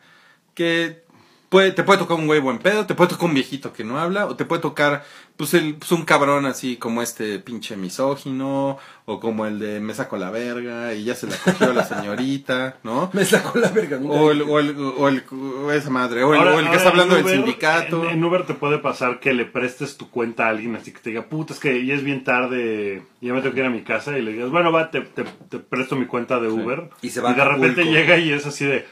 que puede, te puede tocar un güey buen pedo, te puede tocar un viejito que no habla, o te puede tocar pues, el, pues, un cabrón así como este pinche misógino, o como el de me saco la verga y ya se la cogió la señorita, ¿no? Me sacó la verga. nunca O el, o el, o el- o esa madre, o el, Ahora- o el que ahora está en hablando Uber, del sindicato. En, en Uber te puede pasar que le prestes tu cuenta a alguien así que te diga, puta, es que ya es bien tarde, ya me tengo que ir a mi casa y le digas, bueno, va, te, te- te presto mi cuenta de Uber. Y se va de a Acapulco. repente llega y es así de,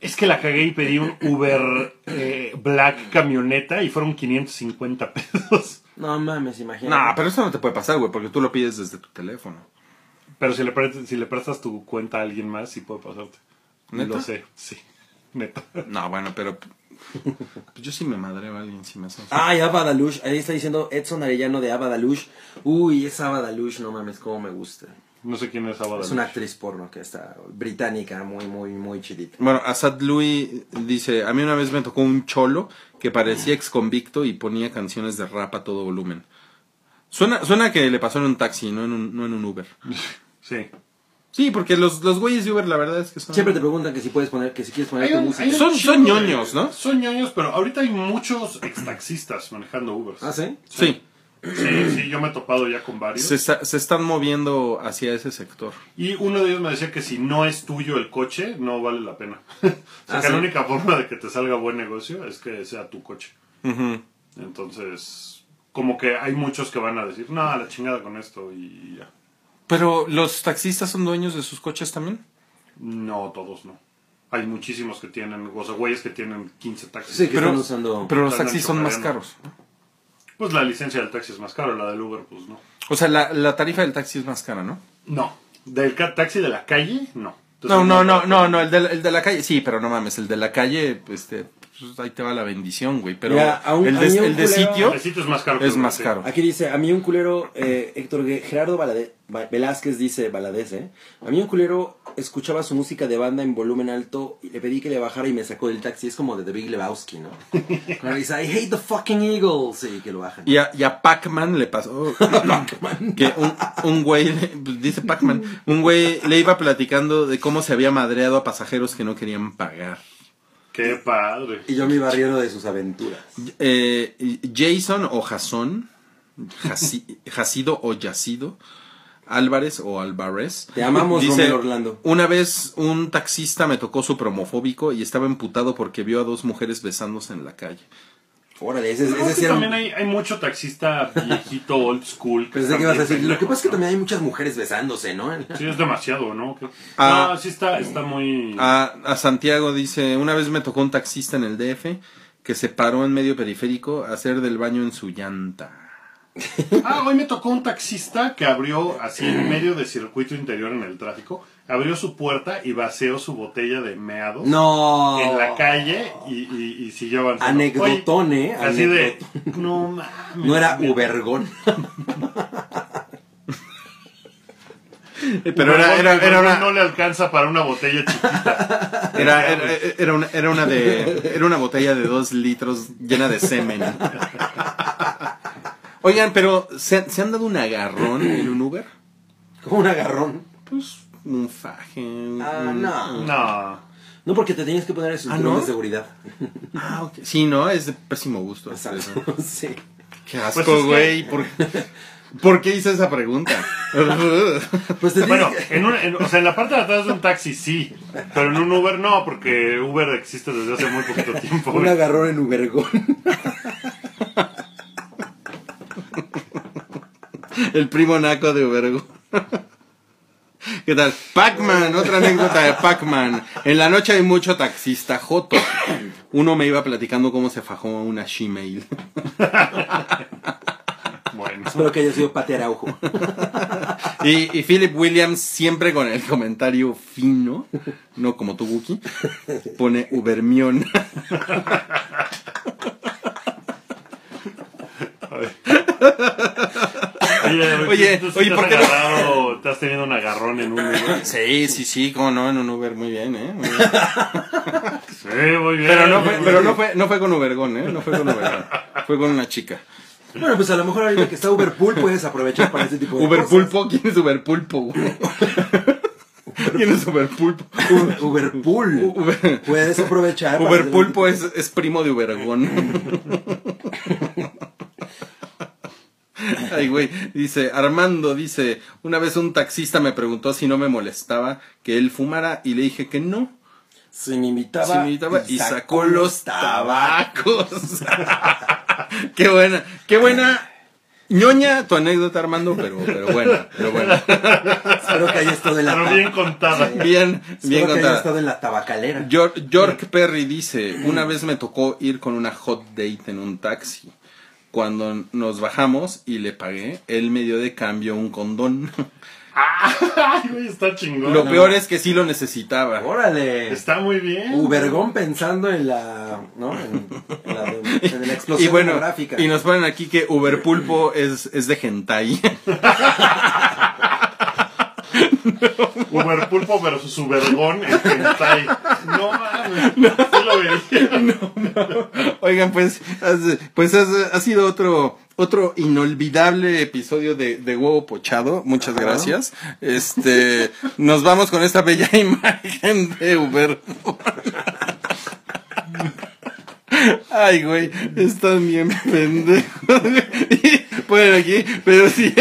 es que la cagué y pedí un Uber eh, Black camioneta y fueron 550 pesos. No mames, imagínate. No, pero eso no te puede pasar, güey, porque tú lo pides desde tu teléfono. Pero si le, prestas, si le prestas tu cuenta a alguien más, sí puede pasarte. ¿Neta? Lo sé, sí. Neta. No, bueno, pero pues, yo sí me madreo a alguien si me hace eso. Ay, Abadalush. Ahí está diciendo Edson Arellano de Abadalush. Uy, esa Abadalush, no mames, cómo me gusta. No sé quién es Abadal. Es una actriz porno que está británica, muy, muy, muy chidita. Bueno, Asad Louis dice, a mí una vez me tocó un cholo que parecía ex convicto y ponía canciones de rap a todo volumen. Suena, suena que le pasó en un taxi, no en un, no en un Uber. Sí. Sí, porque los, los güeyes de Uber la verdad es que son... Siempre te preguntan que si puedes poner, que si quieres poner Hay tu un- música. hay un Son- chingo son de- ñoños, ¿no? Son ñoños, pero ahorita hay muchos extaxistas manejando Uber. ¿Ah, sí? Sí, Sí, sí, yo me he topado ya con varios. se, está- se están moviendo hacia ese sector. Y uno de ellos me decía que si no es tuyo el coche, no vale la pena. o sea, Ah, que ¿sí? la única forma de que te salga buen negocio es que sea tu coche. Entonces, como que hay muchos que van a decir, no, a la chingada con esto y ya. Pero los taxistas son dueños de sus coches también. No, todos no. Hay muchísimos que tienen, o sea, güeyes que tienen 15 taxis. Sí, que Pero, están usando. pero los Están taxis son más chocareando. caros. Pues la licencia del taxi es más cara, la del Uber, pues no. O sea, la, la tarifa del taxi es más cara, ¿no? No. ¿Del ca- taxi de la calle? No. Entonces, No, no, no, no, no, el de, la- el de la calle, sí, pero no mames, el de la calle, este, pues, ahí te va la bendición, güey. Pero Mira, a un- el, a mí de, un el de culero- sitio El sitio es más caro. que es el más sí. caro. Aquí dice, a mí un culero, eh, Héctor Gue- Gerardo Balade- Ba- Velázquez dice, Valadez, ¿eh? A mí un culero escuchaba su música de banda en volumen alto y le pedí que le bajara y me sacó del taxi. Es como de The Big Lebowski, ¿no? Cuando dice, I hate the fucking Eagles. Y que lo bajan. Y a, y a Pac-Man le pasó que un, un güey, le- pues, dice Pac-Man, un güey le iba platicando de cómo se había madreado a pasajeros que no querían pagar. Qué padre. Y yo me iba riendo de sus aventuras. Eh, Jason o Jason, Jaci- Jacido o Yacido, Álvarez o Álvarez. Te amamos, Romel Orlando. Una vez un taxista me tocó su promofóbico y estaba emputado porque vio a dos mujeres besándose en la calle. Órale, ese, No, ese es sí que era un- también hay, hay mucho taxista viejito, old school. Pensé que ibas a también decir, lo que pendejo, pasa es que ¿no? también hay muchas mujeres besándose, ¿no? Sí, es demasiado, ¿no? Que- Ah. no, sí está, está muy... Ah. A, a Santiago dice, una vez me tocó un taxista en el DF que se paró en medio periférico a hacer del baño en su llanta. Ah, hoy me tocó un taxista que abrió así en medio de circuito interior en el tráfico, abrió su puerta y vació su botella de meados No. en la calle y, y, y siguió avanzando. Anecdotón, Oye, ¿eh? Así de, no mames. No era mira, Ubergón. Eh, Pero era, era, Ubergón, era Ubergón una, no le alcanza para una botella chiquita. era, era- era una, era una de, era una botella de dos litros llena de semen. Oigan, pero ¿se, se han dado un agarrón en un Uber? Como un agarrón. Pues un faje. un- Ah, no. No. No, porque te tenías que poner el cinturón ¿no? de seguridad. Ah, ok. Sí, no, es de pésimo gusto. hacer eso. Exacto. Sí. Qué Pues es asco, que- güey. ¿por, por qué hice esa pregunta? Pues te Bueno, tienes que- en una- en- o sea, en la parte de atrás de un taxi sí, pero en un Uber no, porque Uber existe desde hace muy poquito tiempo. un güey. agarrón en Ubergón. El primo naco de Ubergo. ¿Qué tal? Pac-Man, otra anécdota de Pac-Man. En la noche hay mucho taxista joto. Uno me iba platicando cómo se fajó a una Gmail. Bueno. Espero que haya sido Pate Araujo. Y, y Philip Williams, siempre con el comentario fino, no como tu Wookie, pone Ubermión. Oye, güey, Oye, tú sí oye, te ¿por has qué no? agarrado, te has tenido un agarrón en un Uber. Sí, sí, sí, cómo no, en un Uber, muy bien, ¿eh? Muy bien. Sí, muy bien. Pero, no fue, muy pero bien. no, fue, no fue con Ubergón, ¿eh? No fue con Ubergón. Fue con una chica. Bueno, pues a lo mejor ahorita que está Uberpool puedes aprovechar para ese tipo de cosas. Uberpulpo, ¿quién es Uberpulpo? güey? ¿Quién es Uberpulpo? Uber- Uberpool. U- Uber- Puedes Ah, aprovechar. para hacer- Uberpulpo es, es primo de Ubergón. Ay, güey, dice, Armando dice, una vez un taxista me preguntó si no me molestaba que él fumara y le dije que no. Si me invitaba. Sí, me invitaba, y sacó los tabacos. qué buena, qué buena. ñoña tu anécdota, Armando, pero, pero bueno, pero bueno. Espero que haya estado en la. Pero ta- bien contada. Bien, bien Espero que haya contada. estado en la tabacalera. York, York Perry dice, una vez me tocó ir con una hot date en un taxi. Cuando nos bajamos y le pagué, él me dio de cambio un condón. Ay, güey, está chingón. Lo peor es que sí lo necesitaba. Órale. Está muy bien. Ubergón pensando en la. ¿No? En, en la, de- en la explosión Y bueno, demográfica. y nos ponen aquí que Uberpulpo es, es de hentai. Uber Pulpo versus Ubergón en hentai. No mames. Sí lo vería. Oigan, pues, has- pues has- ha sido otro otro inolvidable episodio de, de huevo pochado. Muchas gracias. Este, nos vamos con esta bella imagen de Uber. Ay, güey, están bien pendejos. Bueno, aquí, pero si,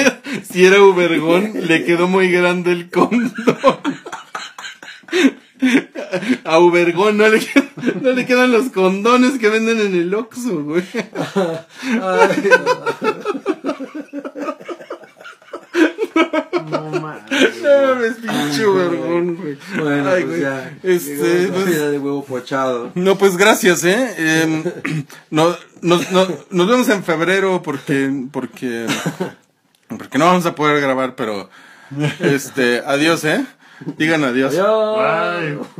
si era Ubergón, le quedó muy grande el condón. A Ubergón no le, qued- no le quedan los condones que venden en el Oxxo, güey. Ay, No mames. No mames, pinche Ubergón, güey. Bueno, Ay, pues güey. ya. Este, Llegó la entonces- vida de huevo pochado. no, pues gracias, ¿eh? Eh, no- nos, no- nos vemos en febrero porque, porque, porque no vamos a poder grabar, pero, este, adiós, ¿eh? Digan adiós. Adiós. Ay,